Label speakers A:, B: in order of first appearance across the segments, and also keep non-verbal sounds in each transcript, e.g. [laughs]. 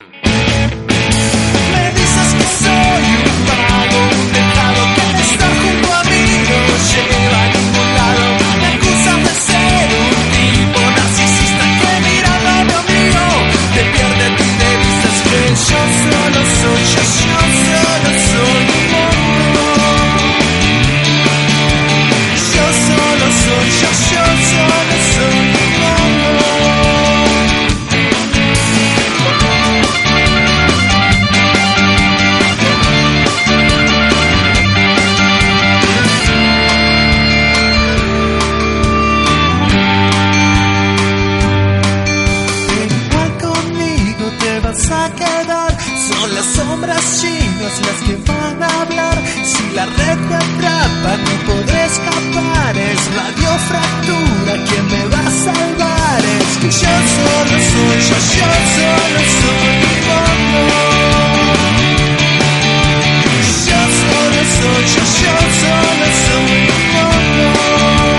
A: Me dices que soy un vago, un dejado, que de estar junto a mí no lleva a ningún lado. Me acusan de ser un tipo narcisista que mirando lo mío te pierde tu te dices que yo solo soy, yo, yo solo soy un amor. Yo solo soy, yo, yo solo soy un amor.
B: Igual conmigo te vas a quedar. Son las sombras chinas las que van a hablar. Si la red te atrapa, no podré escapar. Es radiofractura quien me va a salvar. Es que yo solo soy, yo, yo solo soy tu amor. Yo solo soy, yo, yo solo soy tu amor.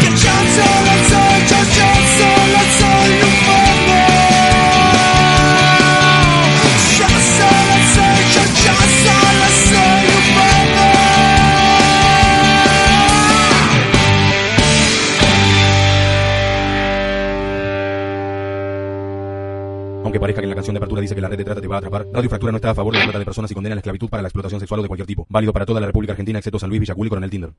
B: Que yo solo soy, yo, yo solo soy un fuego. Yo solo soy, yo, yo solo soy un fuego.
C: Aunque parezca que en la canción de apertura dice que la red de trata te va a atrapar, Radio Fractura no está a favor de la trata de personas y condena la esclavitud para la explotación sexual o de cualquier tipo. Válido para toda la República Argentina excepto San Luis, Villacul y Coronel Tinder.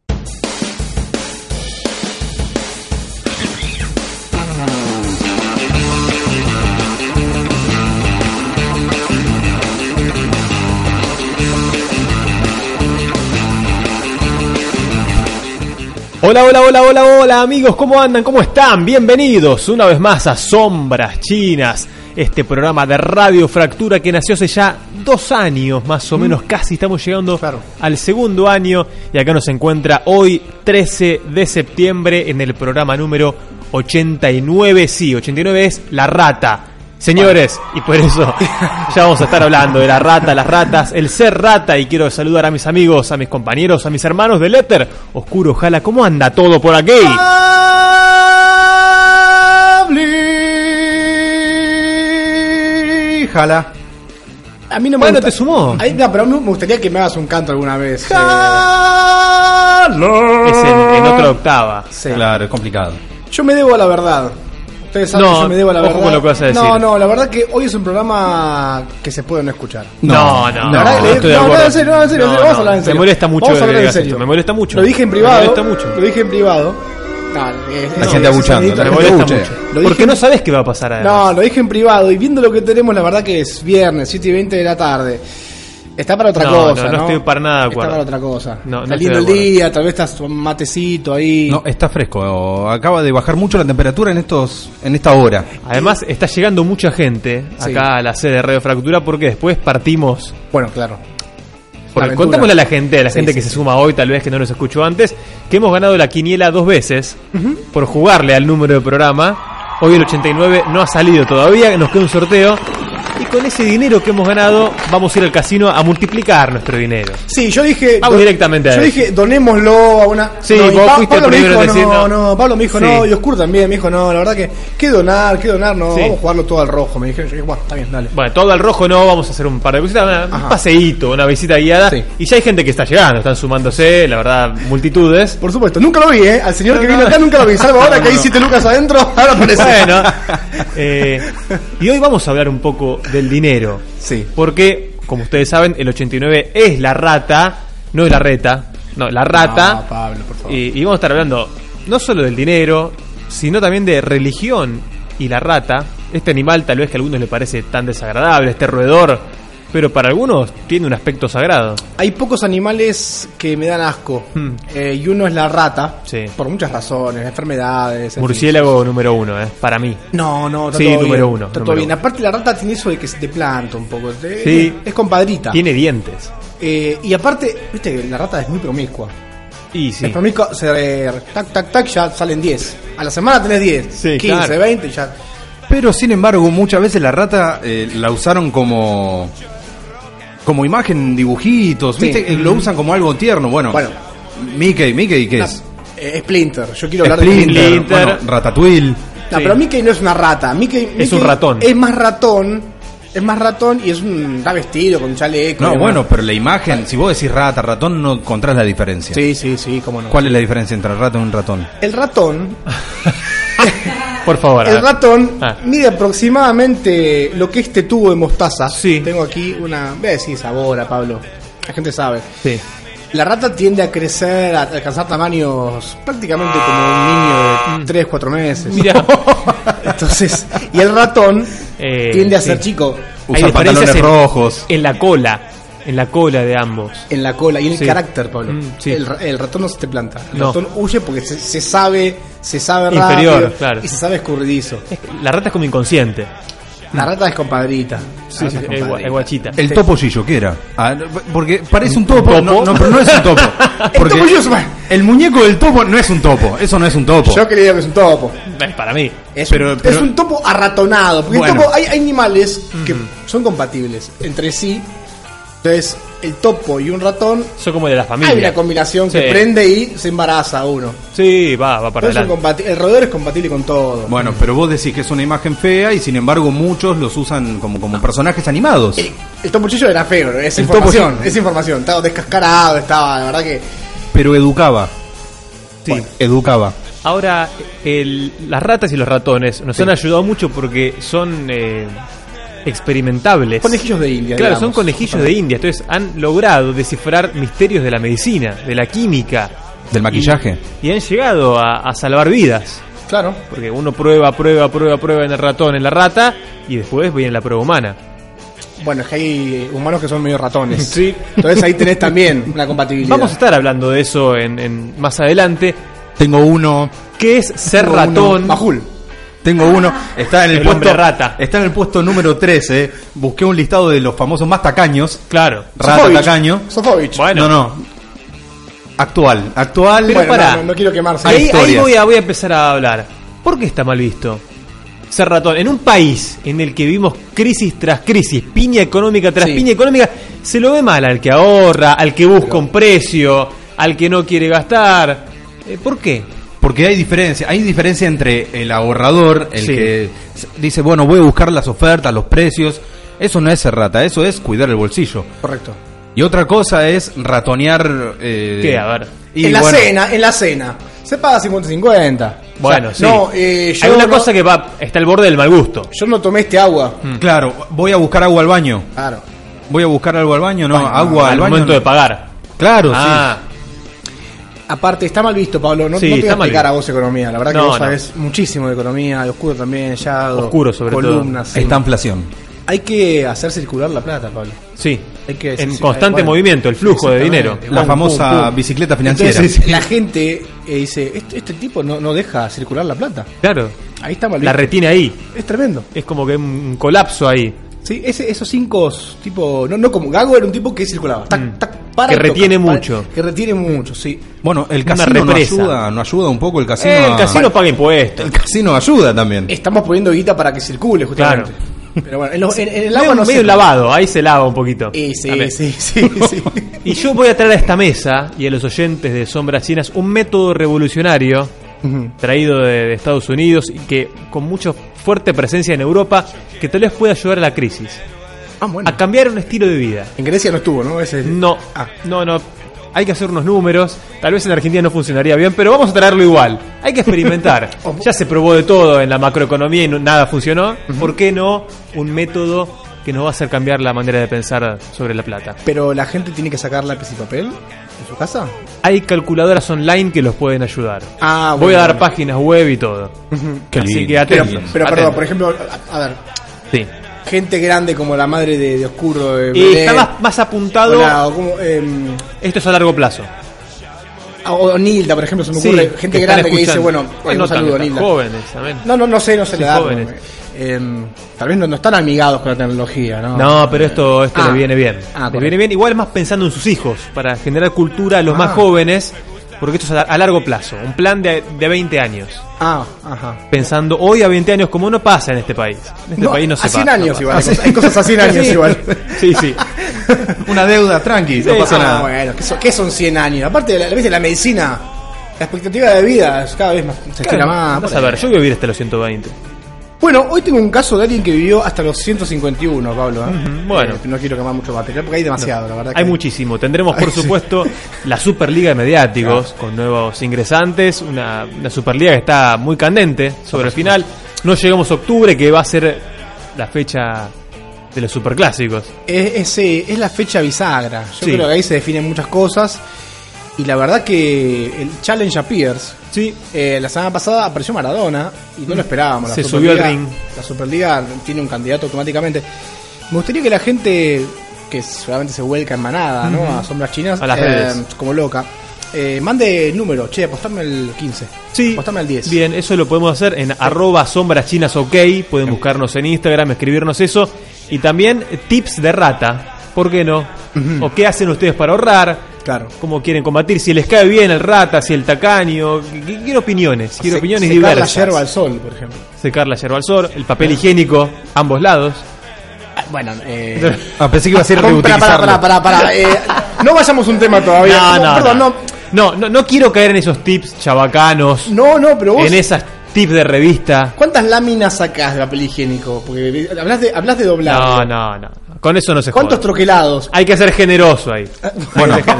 D: Hola, hola, hola, hola, hola amigos, ¿cómo andan? ¿Cómo están? Bienvenidos una vez más a Sombras Chinas, este programa de Radio Fractura que nació hace ya dos años más o menos, casi estamos llegando
E: Claro.
D: al segundo año y acá nos encuentra hoy 13 de septiembre en el programa número 89, sí, 89 es La Rata. Señores, y por eso [laughs] ya vamos a estar hablando de la rata, las ratas, el ser rata. Y quiero saludar a mis amigos, a mis compañeros, a mis hermanos del éter. Oscuro, ojalá, ¿cómo anda todo por aquí?
E: Ah, Habli- Jala. A mí no me
D: Bueno,
E: gusta-
D: te sumó.
E: Ay, no, pero a mí me gustaría que me hagas un canto alguna vez. eh.
D: Ah. Es en, en otra octava.
E: Sí.
C: Claro, es complicado.
E: Yo me debo a la verdad. Ustedes saben
D: No,
E: que yo me debo a la
D: ojo
E: verdad.
D: con lo que vas a decir.
E: No, no, la verdad que hoy es un programa que se puede no escuchar.
D: No, no,
E: La verdad que-
D: estoy de
E: no,
D: acuerdo.
E: no, en serio, no, en serio, en
D: No,
E: serio, vamos a
D: no,
E: hablar en
D: me
E: serio.
D: molesta mucho
E: Vamos a
D: que
E: hablar en
D: digas
E: serio.
D: esto, me molesta mucho.
E: Lo dije en
D: Me
E: privado.
D: molesta mucho.
E: Lo dije en privado. No, eh,
C: La
E: no,
C: gente
E: ese
C: abucheando,
E: sonidito-
D: Me
C: Lo
D: molesta
C: dije-
D: mucho.
E: lo dije-
D: Porque no sabes qué va a pasar
E: No,
D: además.
E: lo dije en privado y viendo lo que tenemos, la verdad que es viernes, 7 y 20 de la tarde. Está para otra
D: No,
E: cosa.
D: no,
E: No,
D: no estoy para nada de acuerdo.
E: Está para otra cosa.
D: No, no
E: está
D: estoy
E: lindo
D: de
E: el
D: acuerdo.
E: día, tal vez estás un matecito ahí.
F: No, está fresco. Acaba de bajar mucho la temperatura en estos en esta hora.
D: Además, está llegando mucha gente
E: Sí.
D: acá a la sede de Radio Fractura porque después partimos
E: Bueno, claro.
D: Porque
E: La aventura.
D: contámosle a la gente, a la
E: Sí,
D: gente
E: sí,
D: que se
E: sí.
D: suma hoy, tal vez que no nos escuchó antes, que hemos ganado la quiniela dos veces por jugarle al número de programa. Hoy el 89 no ha salido todavía, nos queda un sorteo. Y con ese dinero que hemos ganado, vamos a ir al casino a multiplicar nuestro dinero.
E: Sí, yo dije.
D: Vamos directamente a
E: Yo
D: eso.
E: dije, donémoslo a una.
D: Sí,
E: y
D: vos
E: Pa-
D: fuiste el
E: Pablo me
D: primero
E: dijo,
D: en decir
E: no,
D: no.
E: no, Pablo me dijo,
D: Sí.
E: no, y Oscur también me dijo, no, la verdad que. ¿Qué donar? ¿Qué donar? No,
D: Sí.
E: vamos a jugarlo todo al rojo. Me dije, yo dije, bueno, está bien, dale.
D: Bueno, todo al rojo no, vamos a hacer un par de cositas, una- un
E: Ajá.
D: paseíto, una visita guiada.
E: Sí.
D: Y ya hay gente que está llegando, están sumándose, la verdad, multitudes.
E: Por supuesto, nunca lo vi, ¿eh? Al señor
D: No,
E: que
D: no.
E: vino acá nunca lo vi.
D: [laughs]
E: Salvo ahora que hay 7 lucas adentro, [laughs] ahora aparece. [laughs]
D: Bueno, eh, y hoy vamos a hablar un poco del dinero.
E: Sí.
D: Porque, como ustedes saben, el 89 es la rata, no es la reta, no, la rata.
E: No, Pablo, por favor.
D: Y, y vamos a estar hablando no solo del dinero, sino también de religión y la rata. Este animal, tal vez que a algunos les parece tan desagradable, este roedor pero para algunos tiene un aspecto sagrado.
E: Hay pocos animales que me dan asco.
D: Hmm.
E: Eh, y uno es la rata.
D: Sí.
E: Por muchas razones, enfermedades. en fin.
D: Murciélago número uno, eh, para mí.
E: No, no, está
D: Sí,
E: todo
D: número
E: bien,
D: uno,
E: Está todo
D: número
E: bien.
D: uno.
E: Aparte, la rata tiene eso de que se te planta un poco. eh,
D: Sí.
E: Es compadrita.
D: Tiene dientes.
E: Eh, y aparte, viste que la rata es muy promiscua.
D: Y sí.
E: Es promiscua, se re- tac, tac, tac, ya salen 10. A la semana tenés 10.
D: Sí,
E: 15,
D: claro.
E: 20, ya.
F: Pero sin embargo, muchas veces la rata eh, la usaron como como imagen, dibujitos,
E: Sí.
F: ¿viste? Eh, Lo usan como algo tierno. Bueno,
E: Bueno.
F: Mickey, Mickey, ¿qué es?
E: Eh, Splinter, yo quiero hablar de
F: Splinter,
D: Splinter.
F: bueno, Ratatouille.
E: No,
D: Sí.
E: pero Mickey no es una rata. Mickey, Mickey
D: un ratón.
E: Es más ratón. Es más ratón y es un. Está vestido con chaleco. y
F: No,
E: demás.
F: bueno, pero la imagen, si vos decís rata, ratón, no encontrás la diferencia.
E: Sí, sí, sí, cómo no.
F: ¿Cuál es la diferencia entre el rato y un ratón?
E: El ratón.
D: [laughs] Por favor. a
E: El
D: ver.
E: ratón
D: Ah.
E: mide aproximadamente lo que este tubo de mostaza.
D: Sí.
E: Tengo aquí una. Voy a decir sabor a Pablo. La gente sabe.
D: Sí.
E: La rata tiende a crecer, a alcanzar tamaños prácticamente como un
D: Ah. Mm.
E: niño de 3, 4 meses. [laughs]
D: Mira.
E: Entonces, y el ratón
D: Eh,
E: tiende a
D: sí.
E: ser chico
F: Usa pantalones
D: en-
F: rojos.
D: En la cola. En la cola de ambos.
E: en la cola y en
D: Sí.
E: el carácter, Pablo.
D: Mm, sí.
E: el, ra- el ratón no se te planta. El
D: No.
E: ratón huye porque se, se sabe, se sabe
D: Inferior,
E: rápido
D: claro.
E: y se sabe escurridizo.
D: Es que La rata es como inconsciente.
E: La rata es compadrita.
D: Sí, sí, es, gua- es guachita.
F: El topo Gillo, ¿qué era? Ah, no, porque parece un topo,
D: topo?
F: No, no, pero no es un topo. Porque
E: topo Gillo es un-
F: El muñeco del topo no es un topo, eso no es un topo.
E: Yo creía que es un topo.
D: Es para mí.
E: Es,
F: Pero-
E: un,
F: pero-
E: es un topo arratonado. Porque el
F: Bueno.
E: topo- hay, hay animales
D: Mm.
E: que son compatibles entre sí. Entonces, el topo y un ratón.
D: Soy como de la familia.
E: Hay una combinación que
D: Sí.
E: prende y se embaraza uno.
D: Sí, va, va para
E: Entonces,
D: adelante.
E: compati- el roedor es compatible con todo.
F: Bueno, pero vos decís que es una imagen fea y sin embargo muchos los usan como, como personajes animados.
E: Eh, El topuchillo era feo, es
F: El
E: información,
F: topo-
E: es información. Estaba descascarado, estaba, la verdad que.
F: Pero educaba.
D: Sí.
F: Bueno, educaba.
D: Ahora, el- las ratas y los ratones nos han ayudado mucho porque son eh, experimentables.
E: Conejillos de India.
D: Claro,
E: digamos.
D: son conejillos de India. Entonces han logrado descifrar misterios de la medicina, de la química.
F: Del maquillaje.
D: Y, y han llegado a, a salvar vidas.
E: Claro.
D: Porque uno prueba, prueba, prueba, prueba en el ratón, en la rata, y después viene la prueba humana.
E: Bueno, es que hay humanos que son medio ratones. [laughs]
D: Sí.
E: Entonces ahí tenés también una compatibilidad.
D: Vamos a estar hablando de eso en, en- más adelante.
F: Tengo uno,
D: ¿Qué es ser
E: Tengo
D: ratón?
E: uno- Majul.
F: tengo uno. Está en el,
D: El
F: puesto
D: hombre rata.
F: Está en el puesto número 13. Busqué un listado de los famosos más tacaños.
D: Claro.
F: Rata
E: Sofovich.
F: tacaño.
E: Sofovich.
D: Bueno,
F: No, no. Actual, actual.
D: Pero
E: Bueno,
D: pará.
E: no, no, no quiero quemarse.
D: ahí, ahí
F: historias.
D: voy, a, voy a empezar a hablar. ¿Por qué está mal visto? Ser ratón. En un país en el que vivimos crisis tras crisis, piña económica tras
E: Sí.
D: piña económica, se lo ve mal al que ahorra, al que busca un precio, al que no quiere gastar. Eh, ¿Por qué?
F: Porque hay diferencia, hay diferencia entre el ahorrador, el
D: Sí.
F: que s- dice, bueno, voy a buscar las ofertas, los precios. Eso no es ser rata, eso es cuidar el bolsillo.
E: Correcto.
F: Y otra cosa es ratonear... eh,
D: ¿Qué? A ver.
F: y
E: en la
F: bueno,
E: cena, en la cena. Se paga 50-50.
D: Bueno,
E: O sea,
D: sí.
E: No, eh, yo,
D: Hay una
E: no-
D: cosa que va, está al borde del mal gusto.
E: yo no tomé este agua.
F: Mm. Claro, voy a buscar agua al baño.
E: Claro.
F: Voy a buscar algo al baño, no, agua al,
D: al
F: baño.
D: momento
F: no.
D: de pagar.
F: Claro,
D: ah,
E: Aparte, está mal visto, Pablo. No,
D: Sí,
E: no te voy a
D: está mal
E: explicar a
D: visto.
E: vos economía. La verdad que
D: No,
E: vos
D: no.
E: sabés muchísimo de economía, de oscuro también, ya.
D: Oscuro, sobre todo.
E: columnas,
F: sí.
E: sí.
F: Esta inflación.
E: Hay que hacer circular la plata, Pablo.
D: sí.
E: Hay que decir,
D: en
E: sí,
D: constante
E: bueno.
D: movimiento, el flujo de
E: Exactamente.
D: dinero.
F: La
E: Pum,
F: famosa
E: pum, pum.
F: bicicleta financiera.
E: Entonces, la gente eh, dice, este, este tipo no, no deja circular la plata.
D: Claro.
E: Ahí está mal
D: La
E: visto.
D: retiene ahí.
E: Es tremendo.
D: Es como que un colapso ahí.
E: Sí, ese- esos cinco, tipo, no, no como Gago era un tipo que circulaba. Tac,
D: Mm.
E: tac, para,
D: Que retiene
E: para-
D: mucho.
E: que retiene mucho, sí.
F: Bueno, el
D: Una
F: casino no
D: represa.
F: ayuda, no ayuda un poco el casino.
D: Eh, el
F: a-
D: casino paga impuestos.
F: el casino ayuda también.
E: Estamos poniendo guita para que circule, justamente. Pero bueno, en, lo- en- en el
D: [laughs]
E: agua
D: medio,
E: no
D: medio
E: se-
D: lavado, ahí se lava un poquito.
E: Eh, sí,
D: También.
E: sí, sí,
D: [laughs]
E: sí.
D: Y yo voy a traer a esta mesa y a los oyentes de Sombras Chinas un método revolucionario
E: Ujú.
D: traído de, de Estados Unidos y que con mucha fuerte presencia en Europa que tal vez pueda ayudar a la crisis.
E: ah, bueno.
D: A cambiar un estilo de vida.
E: En Grecia no estuvo, ¿no? Ese-
D: No,
E: Ah.
D: no, no. Hay que hacer unos números. Tal vez en Argentina no funcionaría bien, pero vamos a traerlo igual. Hay que
E: [laughs]
D: experimentar. ya se probó de todo en la macroeconomía y no- nada funcionó. ¿Por qué no un método que nos va a hacer cambiar la manera de pensar sobre la plata?
E: Pero la gente tiene que sacar lápiz y papel en su casa.
D: Hay calculadoras online que los pueden ayudar.
E: Ah,
D: Voy
E: bueno,
D: a dar
E: bueno.
D: páginas web y todo.
E: Ujú.
D: Así que
F: lindo,
E: Pero,
D: atentos.
E: pero
D: atentos.
E: perdón, por ejemplo, a, a ver,
D: Sí.
E: gente grande como la madre de, de Oscuro. eh,
D: Y
E: Belén,
D: está más, más
E: o
D: apuntado.
E: la- o como, em,
D: Esto es a largo plazo.
E: a- o Nilda, por ejemplo, se me
D: Sí,
E: ocurre. gente
D: que están
E: grande que dice,
D: escuchando.
E: bueno,
D: Ay,
E: eh,
D: no
E: un
D: tan-
E: saludo,
D: tan
E: Nilda.
D: Jóvenes, también.
E: No, no, no sé, no sé
D: Sí,
E: la edad,
D: jóvenes.
E: pero, eh, em, tal vez no, no están amigados con la tecnología, ¿no?
D: No, pero esto, esto
E: Ah.
D: le viene bien.
E: Ah,
D: le
E: correcto.
D: viene bien, igual más pensando en sus hijos, para generar cultura a los más
E: Ah.
D: jóvenes, porque esto es a, a largo plazo, un plan de, de 20 años.
E: Ah, ajá.
D: Pensando hoy a 20 años, como no pasa en este país. En este
E: No,
D: país no se
E: a 100
D: pasa, no
E: años
D: pasa.
E: igual. hay cosas- Hay cosas a 100
D: [laughs]
E: años
D: Sí.
E: igual.
D: Sí, sí.
F: [laughs] Una deuda, tranqui,
D: Sí,
F: no pasa
D: sí.
F: nada.
E: ah, Bueno, ¿qué son, qué son 100 años? Aparte, la, la- ¿viste? la medicina, la expectativa de vida [laughs] es cada vez más, se estira más.
D: Vas a
E: [laughs]
D: ver, yo voy a vivir hasta los 120.
E: Bueno, hoy tengo un caso de alguien que vivió hasta los 151, Pablo. ¿eh?
D: Ujú, bueno.
E: Eh, no quiero quemar mucho material porque hay demasiado, la verdad.
D: Hay
E: que-
D: muchísimo. Tendremos, por
E: Ay, sí.
D: supuesto, la Superliga de Mediáticos con nuevos ingresantes. Una, una Superliga que está muy candente sobre el final. No llegamos a octubre, que va a ser la fecha de los superclásicos.
E: Es, es, sí, es la fecha bisagra. Yo
D: Sí.
E: creo que ahí se definen muchas cosas. Y la verdad que el Challenge Appears.
D: Sí.
E: eh, la semana pasada apareció Maradona y no lo esperábamos.
D: Mm.
E: La
D: Se subió al
E: Superliga-
D: ring.
E: La Superliga tiene un candidato automáticamente. Me gustaría que la gente, que seguramente se vuelca en manada, ¿no? A sombras chinas,
D: A las
E: eh,
D: redes.
E: como loca, eh, mande número. Che, apostame el 15.
D: Sí.
E: Apostame el 10.
D: Bien, eso lo podemos hacer en arroba sombras chinas ok. Pueden buscarnos en Instagram, escribirnos eso. Y también eh, tips de rata. ¿Por qué no? ¿O qué hacen ustedes para ahorrar?
E: Claro.
D: ¿Cómo quieren combatir? Si les cae bien el rata, si el tacaño. Qu- qu- Quiero opiniones, quiero
E: Se-
D: opiniones
E: secar
D: diversas.
E: la yerba al sol, por ejemplo.
D: Secar la yerba al sol, el papel higiénico, ambos lados.
E: Ah, Bueno, [laughs] eh,
F: Ah, pensé que iba a ser
E: Pará, pará,
F: reutilizarlo.
E: pará, pará, pará, eh, no vayamos a un tema todavía.
D: No, no,
E: perdón,
D: no.
E: no.
D: No, no, no quiero caer en esos tips chabacanos,
E: No, no, pero vos.
D: en esas tips de revista.
E: ¿Cuántas láminas sacás de papel higiénico? Porque hablas de, hablás de doblar.
D: No, no, no. Con eso no se
E: ¿Cuántos Eh,
D: jode.
E: troquelados?
D: Hay que ser generoso ahí.
E: [laughs]
F: Bueno,
E: Este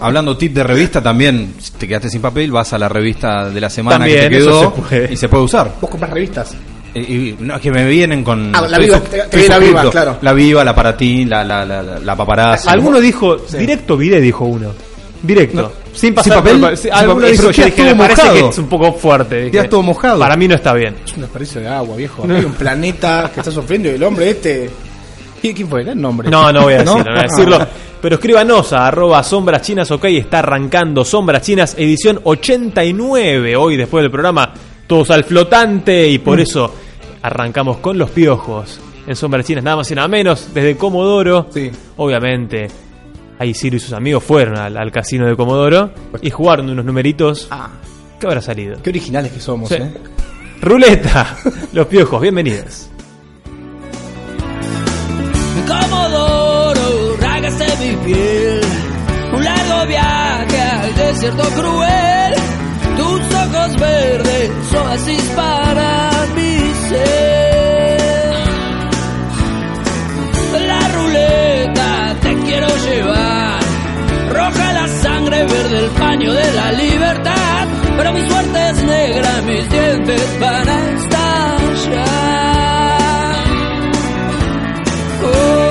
F: hablando tip de revista, también si te quedaste sin papel, vas a la revista de la semana que
D: También,
F: te
D: eso
F: quedó
D: se puede.
F: y se puede usar.
E: Vos comprás revistas.
F: Y, y- no, es que me vienen con.
E: Ah, la
F: estoy
E: Viva,
F: sus-
E: te- te
F: estoy
E: viene la
F: suscripto.
E: Viva, claro.
F: La viva, la para ti, la, la, la, la, la paparazzi.
D: Alguno dijo,
E: Sí.
D: directo vide, dijo uno. Directo. sin pasar
F: ¿Sin papel?
D: por el- sí,
F: Sin
D: Alguno
F: papel.
D: dijo,
F: Pero
D: yo
F: quedas
D: dije, me
F: todo
D: parece
F: mojado.
D: que es un poco fuerte. dije.
F: Quedas todo mojado.
D: Para mí no está bien.
E: Es un desperdicio de agua, viejo. Hay un planeta que está sufriendo y el hombre este. ¿Qui- ¿Quién fue? el nombre?
D: No, no voy a decirlo, no, voy a
E: [laughs] Ah.
D: decirlo. Pero escríbanos a arroba sombras chinas, ok, está arrancando Sombras Chinas, edición 89, hoy después del programa, todos al flotante y
E: Mm.
D: por eso arrancamos con los piojos en Sombras Chinas, nada más y nada menos, desde Comodoro,
E: Sí.
D: obviamente. Ahí Ciro y sus amigos fueron al, al casino de Comodoro y jugaron unos numeritos.
E: Ah,
D: ¿Qué habrá salido?
E: qué originales que somos,
D: Sí.
E: ¿eh?
D: Ruleta, [laughs] los piojos, bienvenidos.
G: Comodoro, ragas de mi piel. Un largo viaje al desierto cruel. Tus ojos verdes, oasis para mi ser. La ruleta te quiero llevar. Roja la sangre, verde el paño de la libertad. Pero mi suerte es negra, mis dientes van a estallar. Oh.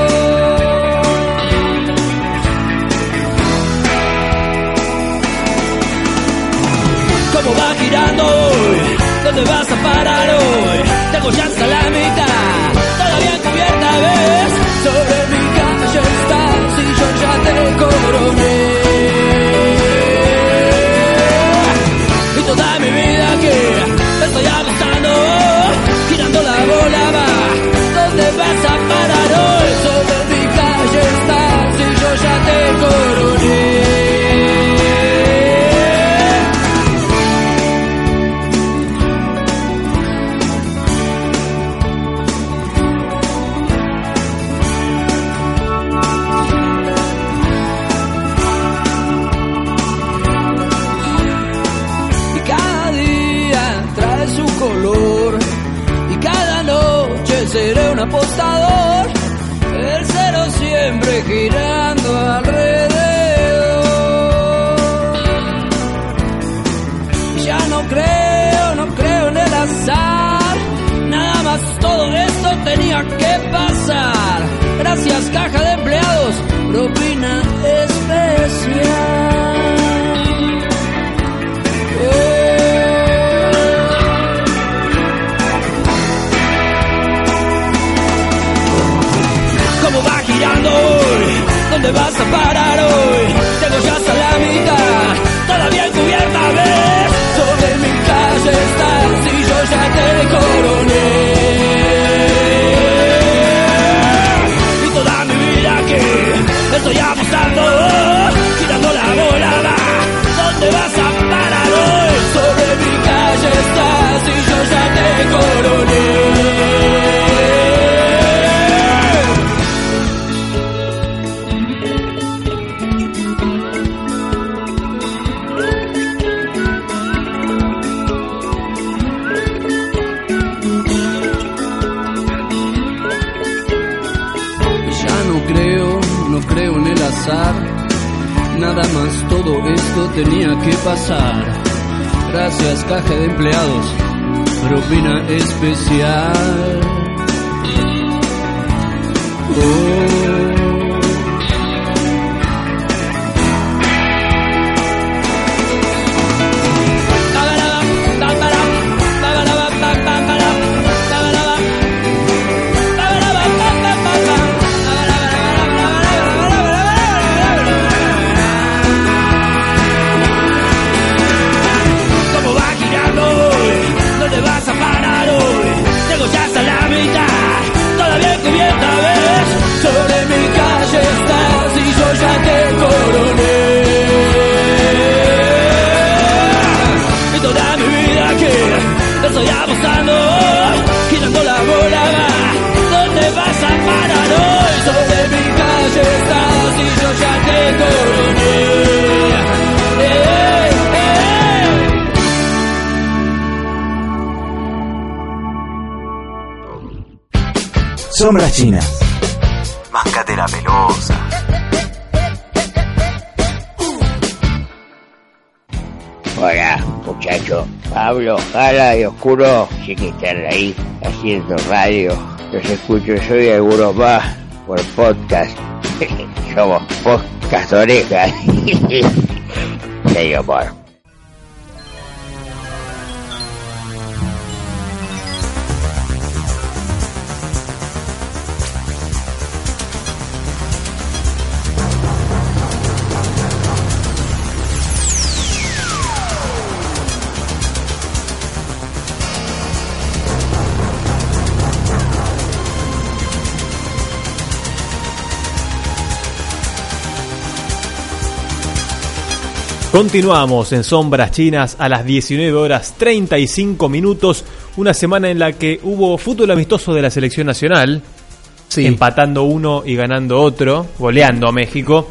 G: ¿Cómo va girando hoy? ¿Dónde vas a parar hoy? Tengo ya hasta la mitad, todavía cubierta ves. Sobre mi calle estás y yo ya te coroné y toda mi vida que estoy avanzando girando la bola va ¿dónde vas a parar hoy? sobre mi calle estás y yo ya te coroné y cada día trae su color y cada noche seré un apostador el cero siempre girando alrededor ya no creo no creo en el azar nada más todo esto tenía que pasar gracias caja de empleados propina especial mundo va girando hoy. ¿Dónde vas a parar hoy? Te dejas a la mitad, todavía encubierta ves. Sobre mi calle estás y yo ya te coroné. Y toda mi vida aquí estoy apostando, girando la bola va. ¿Dónde vas a parar hoy? Sobre mi calle estás y yo ya te coroné.
H: Ya no creo, no creo en el azar. Nada más todo esto tenía que pasar. Gracias caja de empleados, propina especial. Oh.
G: ¿Cómo va girando hoy? ¿Dónde vas a parar hoy? Tengo ya hasta la mitad, todavía cubierta ves. Sobre mi calle estás y yo ya te coroné. Y toda mi vida que estoy apostando, girando la bola va. ¿Dónde vas a parar hoy? Sobre mi calle estás y yo ya te coroné. Eh, eh, eh.
I: Sombras chinas. Máscatela pelosa.
J: Hola, muchacho. Pablo, Jala y Oscuro, sí que están ahí haciendo radio. Los escucho yo y algunos más por podcast. [laughs] Somos podcast [laughs] orejas. Señor amor.
D: Continuamos en Sombras Chinas a las 19 horas 35 minutos, una semana en la que hubo fútbol amistoso de la selección nacional,
E: Sí.
D: empatando uno y ganando otro, goleando a México,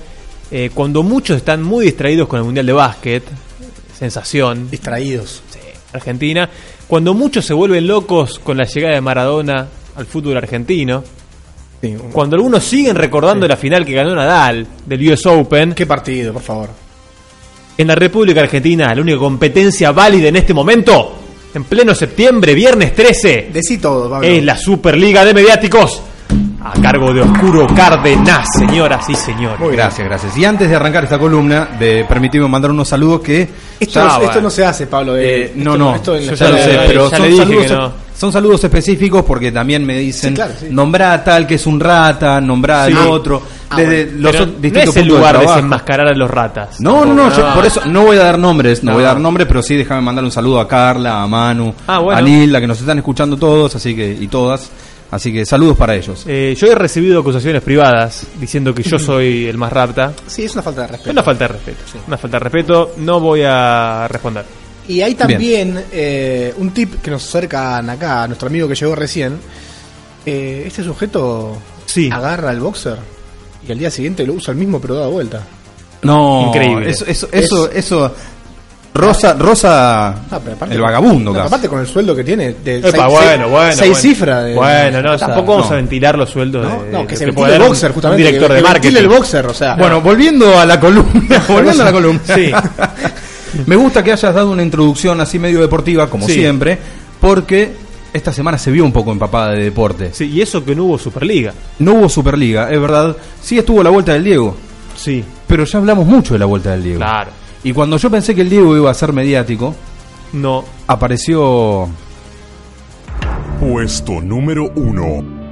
D: Eh, cuando muchos están muy distraídos con el Mundial de Básquet, sensación,
E: Distraídos.
D: Argentina, cuando muchos se vuelven locos con la llegada de Maradona al fútbol argentino,
E: Sí.
D: cuando algunos siguen recordando la final que ganó Nadal del US Open,
E: ¿Qué partido, por favor?
D: en la República Argentina, la única competencia válida en este momento, en pleno septiembre, viernes 13,
E: Decí todo, Pablo.
D: es la Superliga de Mediáticos, a cargo de Oscuro Cárdenas, señoras y señores.
F: Gracias, gracias. Y antes de arrancar esta columna, de, permitime mandar unos saludos que...
E: Esto,
F: Ya
E: no-
F: va.
E: esto no se hace, Pablo. eh.
F: Eh, no,
E: Esto-
F: no,
E: esto en
F: yo
E: la
F: ya lo
D: escuela
F: sé,
D: de-
F: pero
D: ya
F: son
D: le dije
F: saludos, e-,
D: que no.
F: son saludos específicos porque también me dicen,
E: Sí, claro, sí.
F: nombrá a tal que es un rata, nombrá
D: Sí.
F: al otro,
E: Ah,
F: desde
D: Pero
F: los
D: no
F: ot- distintos
D: es el
F: puntos
D: lugar de,
F: trabajo.
D: desenmascarar a los ratas.
F: No, no, no, yo por eso no voy a dar nombres, no,
D: No.
F: voy a dar nombres, pero sí déjame mandar un saludo a Carla, a Manu,
D: Ah, bueno.
F: a Nilda, que nos están escuchando todos, así que, y todas, así que saludos para ellos.
D: Eh, yo he recibido acusaciones privadas diciendo que yo soy el más rapta.
E: Sí, es una falta de
D: Es
E: respeto.
D: una falta de respeto. Una falta de respeto, no voy a responder.
E: Y hay también eh, un tip que nos acercan acá, a nuestro amigo que llegó recién. Eh, este sujeto
D: Sí.
E: agarra al boxer y al día siguiente lo usa el mismo pero da vuelta.
F: No,
D: Increíble.
F: Eso, eso, eso, eso Rosa, Rosa,
E: Ah, pero aparte-
F: el vagabundo,
E: No,
F: casi.
E: aparte con el sueldo que tiene, de
D: Epa,
E: seis-
D: bueno,
E: seis-
D: bueno,
E: seis
D: bueno.
E: cifras. de-
D: bueno, no,
E: o sea,
D: tampoco vamos
F: no.
D: a ventilar los sueldos
E: No,
D: de,
E: no, que
D: de-
E: se
D: que
E: ventile
D: puede
E: el
D: dar un-
E: boxer, justamente.
D: un director
E: que-
D: de
E: que ventile
D: marketing.
E: el boxer, o sea.
F: Bueno, volviendo a la columna, [laughs] volviendo a la columna. [laughs]
D: Sí.
F: Me gusta que hayas dado una introducción así medio deportiva, como
D: Sí.
F: siempre, porque esta semana se vio un poco empapada de deporte.
D: Sí, y eso que no hubo Superliga.
F: No hubo Superliga, es verdad. Sí estuvo la vuelta del Diego,
D: Sí,
F: pero ya hablamos mucho de la vuelta del Diego.
D: claro.
F: Y cuando yo pensé que el Diego iba a ser mediático,
D: No,
F: apareció
K: Puesto número 1.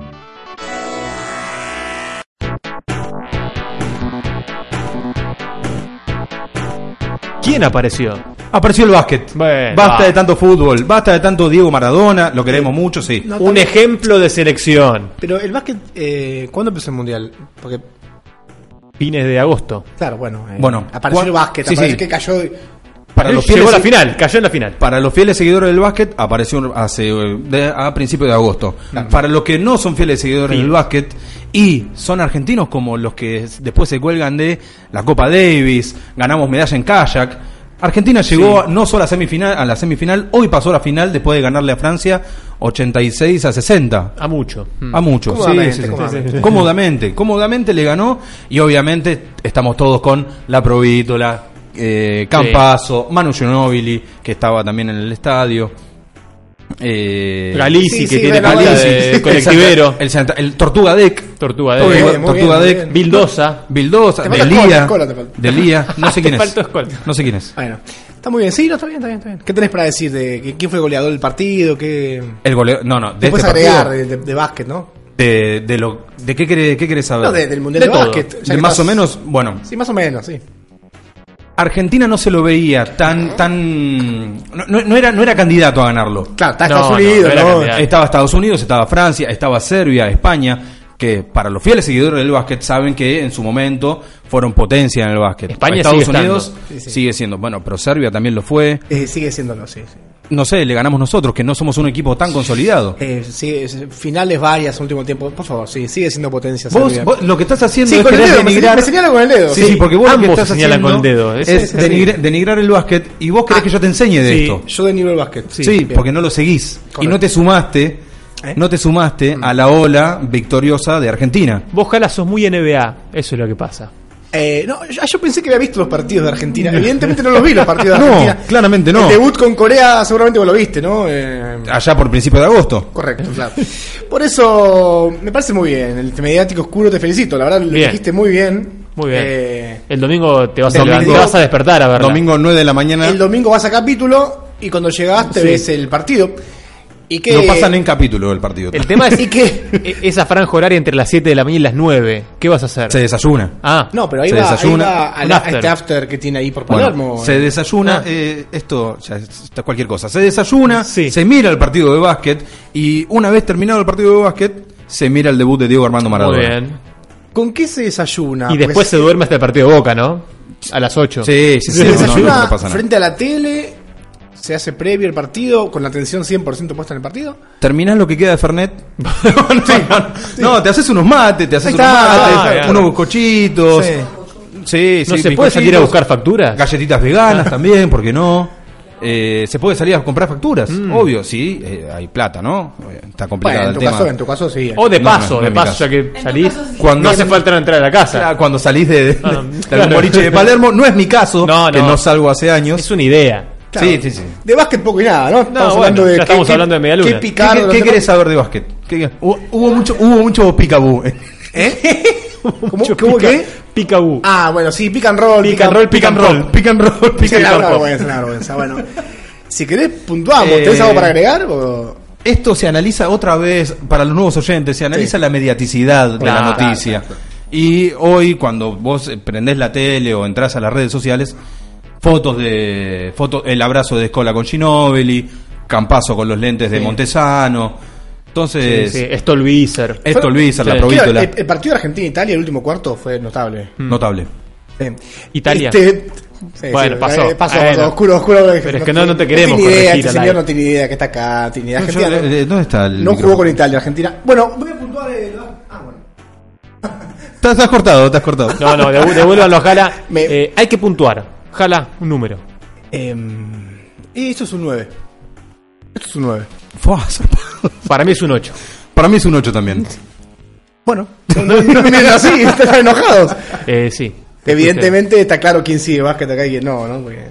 D: ¿Quién apareció?
F: Apareció el básquet. basta
D: va.
F: de tanto fútbol, basta de tanto Diego Maradona, lo queremos mucho, sí.
E: No,
D: Un
E: también-
D: ejemplo de selección.
E: Pero el básquet, eh, ¿cuándo empezó el mundial? Porque,
D: Fines de agosto.
E: claro, bueno. eh,
F: Bueno,
E: apareció
F: cua-
E: el básquet,
F: sí,
E: aparece
F: sí.
E: que cayó.
F: Para los
D: Llegó a la
F: fieles-
D: final, cayó en la final.
F: Para los fieles seguidores del básquet apareció un- hace, eh, de- a principios de agosto. Para los que no son fieles seguidores
D: Sí.
F: del básquet y son argentinos como los que s- después se cuelgan de la Copa Davis, ganamos medalla en kayak. Argentina llegó a- no solo a, semifinal, a la semifinal, hoy pasó a la final después de ganarle a Francia 86 a 60.
D: A mucho.
F: A mucho, sí,
E: Mm. Cómodamente,
F: sí, sí.
E: cómodamente.
F: cómodamente, cómodamente le ganó y obviamente estamos todos con la Provítola, eh, Campazo, Manu Ginóbili, que estaba también en el estadio. Eh,
D: Galici,
E: Sí,
D: que
E: sí,
D: tiene
E: bueno,
D: pinta
E: Galici.
D: de
F: el
D: colectivero.
F: Santa- El, Santa- el Tortuga Deck,
D: Tortuga
F: Tortuga,
D: de
E: bien, muy
F: Tortuga
E: bien,
F: Deck,
E: muy bien.
D: Bildosa.
F: Bildosa,
E: Te falta
F: Delía,
E: Escola, Escola te falta.
F: Delía, no
E: [laughs]
F: sé quién
D: Te
F: es.
D: faltó Escola.
F: No sé quién es.
E: Bueno, está muy bien. Sí, no, está bien, está bien, está bien. ¿Qué tenés para decir de que- quién fue el goleador del partido? ¿Qué.
F: El goleo, no, no, de
E: Te puedes
F: este
E: agregar
F: partido,
E: de, de- de básquet, ¿no?
F: de, de lo, de qué querés, qué querés saber.
E: No, de- del Mundial de
F: todo.
E: básquet, ya
F: De
E: que
F: más
E: estás-
F: o menos, bueno,
E: Sí, más o menos, sí.
F: Argentina no se lo veía tan tan no, no- no era no era candidato a ganarlo.
E: Claro, está
D: No,
E: Estados
D: no,
E: Unidos,
D: no era
E: ¿no?
D: candidato.
F: Estaba Estados Unidos, estaba Francia, estaba Serbia, España, que para los fieles seguidores del básquet saben que en su momento fueron potencia en el básquet.
D: España
F: Estados
D: sigue
F: Unidos
D: estando.
E: Sí, sí.
F: sigue siendo, bueno, pero Serbia también lo fue.
E: Eh, sigue siéndolo, sí. sí.
F: No sé, le ganamos nosotros que no somos un equipo tan consolidado.
E: Eh, sigue- finales varias, último tiempo. Por favor, sí, sigue siendo potencia.
F: Vos,
E: Serbia.
F: vos lo que estás haciendo
E: Sí,
F: es
E: con el
F: querer
E: dedo, me
F: denigrar-
E: señala- me señala con el dedo.
F: Sí, sí,
D: Sí,
F: porque vos lo que
D: ambos
F: estás
D: señalan
F: haciendo
D: con el dedo, ¿eh?
F: es,
D: es- es-
F: denigrar, denigrar el básquet y vos
E: Ah,
F: querés que yo te enseñe de
D: sí.
F: esto.
E: Yo de nivel básquet.
F: Sí, porque no lo seguís. Y no te sumaste,
E: ¿Eh?
F: no te sumaste
D: Mm.
F: a la ola victoriosa de Argentina.
D: Vos, Jala, sos muy NBA. Eso es lo que pasa.
E: Eh, no, yo, yo pensé que había visto los partidos de Argentina.
F: [laughs]
E: Evidentemente no los vi los partidos de
F: No,
E: Argentina.
F: claramente no.
E: El debut con Corea seguramente vos lo viste, ¿no? Eh,
F: Allá por principio de agosto.
E: correcto, claro. Por eso me parece muy bien. El mediático oscuro te felicito. La verdad lo
D: Bien.
E: dijiste muy bien.
D: Muy bien.
E: Eh,
D: el domingo te vas, a,
F: Domingo-
D: levantar, te vas a despertar a verla.
F: Domingo 9 de la mañana.
E: el domingo vas a capítulo y cuando llegás te
D: Sí.
E: ves el partido. Y que,
F: Lo pasan en capítulo el partido.
D: El tema es
E: [laughs]
D: e-,
E: ¿Y qué?
D: esa franja horaria entre las 7 de la mañana y las 9. ¿Qué vas a hacer?
F: Se desayuna.
D: Ah,
E: No, pero ahí
F: Se
E: va, ahí
F: desayuna.
E: va a,
D: Un
E: la- a
D: after.
E: este after que tiene ahí por
F: Bueno,
E: Palermo.
F: se desayuna,
D: Ah.
F: eh, esto ya está cualquier cosa. Se desayuna,
D: Sí.
F: se mira el partido de básquet y una vez terminado el partido de básquet, se mira el debut de Diego Armando
D: muy
F: Maradona.
D: bien.
E: ¿Con qué se desayuna?
D: y
E: Ah, Porque
D: después se duerme hasta el partido de Boca, ¿no? A las 8.
F: Sí, sí, sí,
D: [laughs]
E: Se
F: no, no, no,
E: [laughs] desayuna
F: no pasa nada.
E: frente a la tele, se hace previo el partido, con la atención 100% puesta en el partido.
F: Terminás lo que queda de Fernet. [laughs] No, te haces unos mates, te haces
E: Ahí
F: unos
E: está,
F: mates,
D: ah, claro.
F: unos bizcochitos.
E: Sí.
F: Sí, sí,
D: ¿No se puede
F: bizcochitos.
D: salir a buscar facturas?
F: Galletitas
E: Ah.
F: veganas también, ¿por qué no? Eh, se puede salir a comprar facturas, obvio, sí, eh, hay plata, ¿no? Eh, Está complicado
E: Mm. Bueno, en
F: el
E: tu
F: tema.
E: caso, en tu caso sí.
D: O de
F: No, no,
D: paso,
F: no
D: de
F: es mi
D: paso,
F: caso.
D: ya que salís.
F: Cuando-
D: no hace falta entrar a la casa.
F: Claro, cuando salís de, de-
D: Ah,
F: de
D: claro.
F: algún boliche de Palermo, no es mi caso,
D: No,
F: que
D: no.
F: no salgo hace años.
D: Es una idea.
E: Claro.
F: Sí, sí, sí.
E: De básquet poco y nada, ¿no?
D: bueno, ya estamos hablando de media luna.
E: Qué
F: ¿Qué,
E: picar.
F: qué- qué querés saber de básquet? ¿Qué- hubo, hubo mucho, hubo mucho picabú.
E: ¿Eh? [laughs] ¿Cómo,
D: Yo
E: ¿Cómo
D: pica-
E: qué?
D: Picabú.
E: Ah, bueno, sí, pick and roll.
D: Pick and roll, pick and roll.
F: Pick and roll,
E: Es
F: pick and
E: una
F: roll.
E: vergüenza, una vergüenza. Bueno, si querés, puntuamos.
F: Eh,
E: ¿Tenés algo para agregar? o-
F: Esto se analiza otra vez para los nuevos oyentes, se analiza
E: Sí.
F: la mediaticidad de la
D: Claro,
F: noticia. Y hoy cuando vos eh, prendés la tele o entrás a las redes sociales, fotos de foto, el abrazo de Escola con Ginóbili, Campazo con los lentes de Montesano.
D: Sí,
F: Entonces,
D: sí, Stolbizer.
F: esto Luis a la
D: Sí.
F: provítola,
E: Mira, eh, el, el partido de Argentina-Italia, el último cuarto, fue notable.
F: notable.
E: Eh,
D: Italia.
E: este- sí,
D: Bueno,
E: sí,
D: pasó.
E: eh, pasó,
D: Bueno.
E: pasó, Oscuro, oscuro.
D: Pero es que no- no te queremos
E: No tiene idea,
D: corregir
E: este
D: al
E: señor
D: aire.
E: no tiene idea que está acá. Tiene idea.
F: No, yo-
E: Argentina no-
F: eh, ¿Dónde está el
E: no
F: micrófono?
E: jugó con Italia, Argentina. Bueno, voy a puntuar el. Ah, bueno.
F: Estás, estás cortado, estás cortado.
D: No, no, devu- devuélvanlo a Jala.
E: Me-
D: Eh, hay que puntuar. Jala, un número.
E: Em, y esto es un 9. Esto es un 9.
F: Fua, zarpado.
D: Para mí es un 8.
F: Para mí es un 8 también.
E: Bueno, no, no, no miren así, están enojados.
D: Eh, sí.
E: [laughs] Evidentemente está claro quién sigue básquet acá y quién no, ¿no? Porque-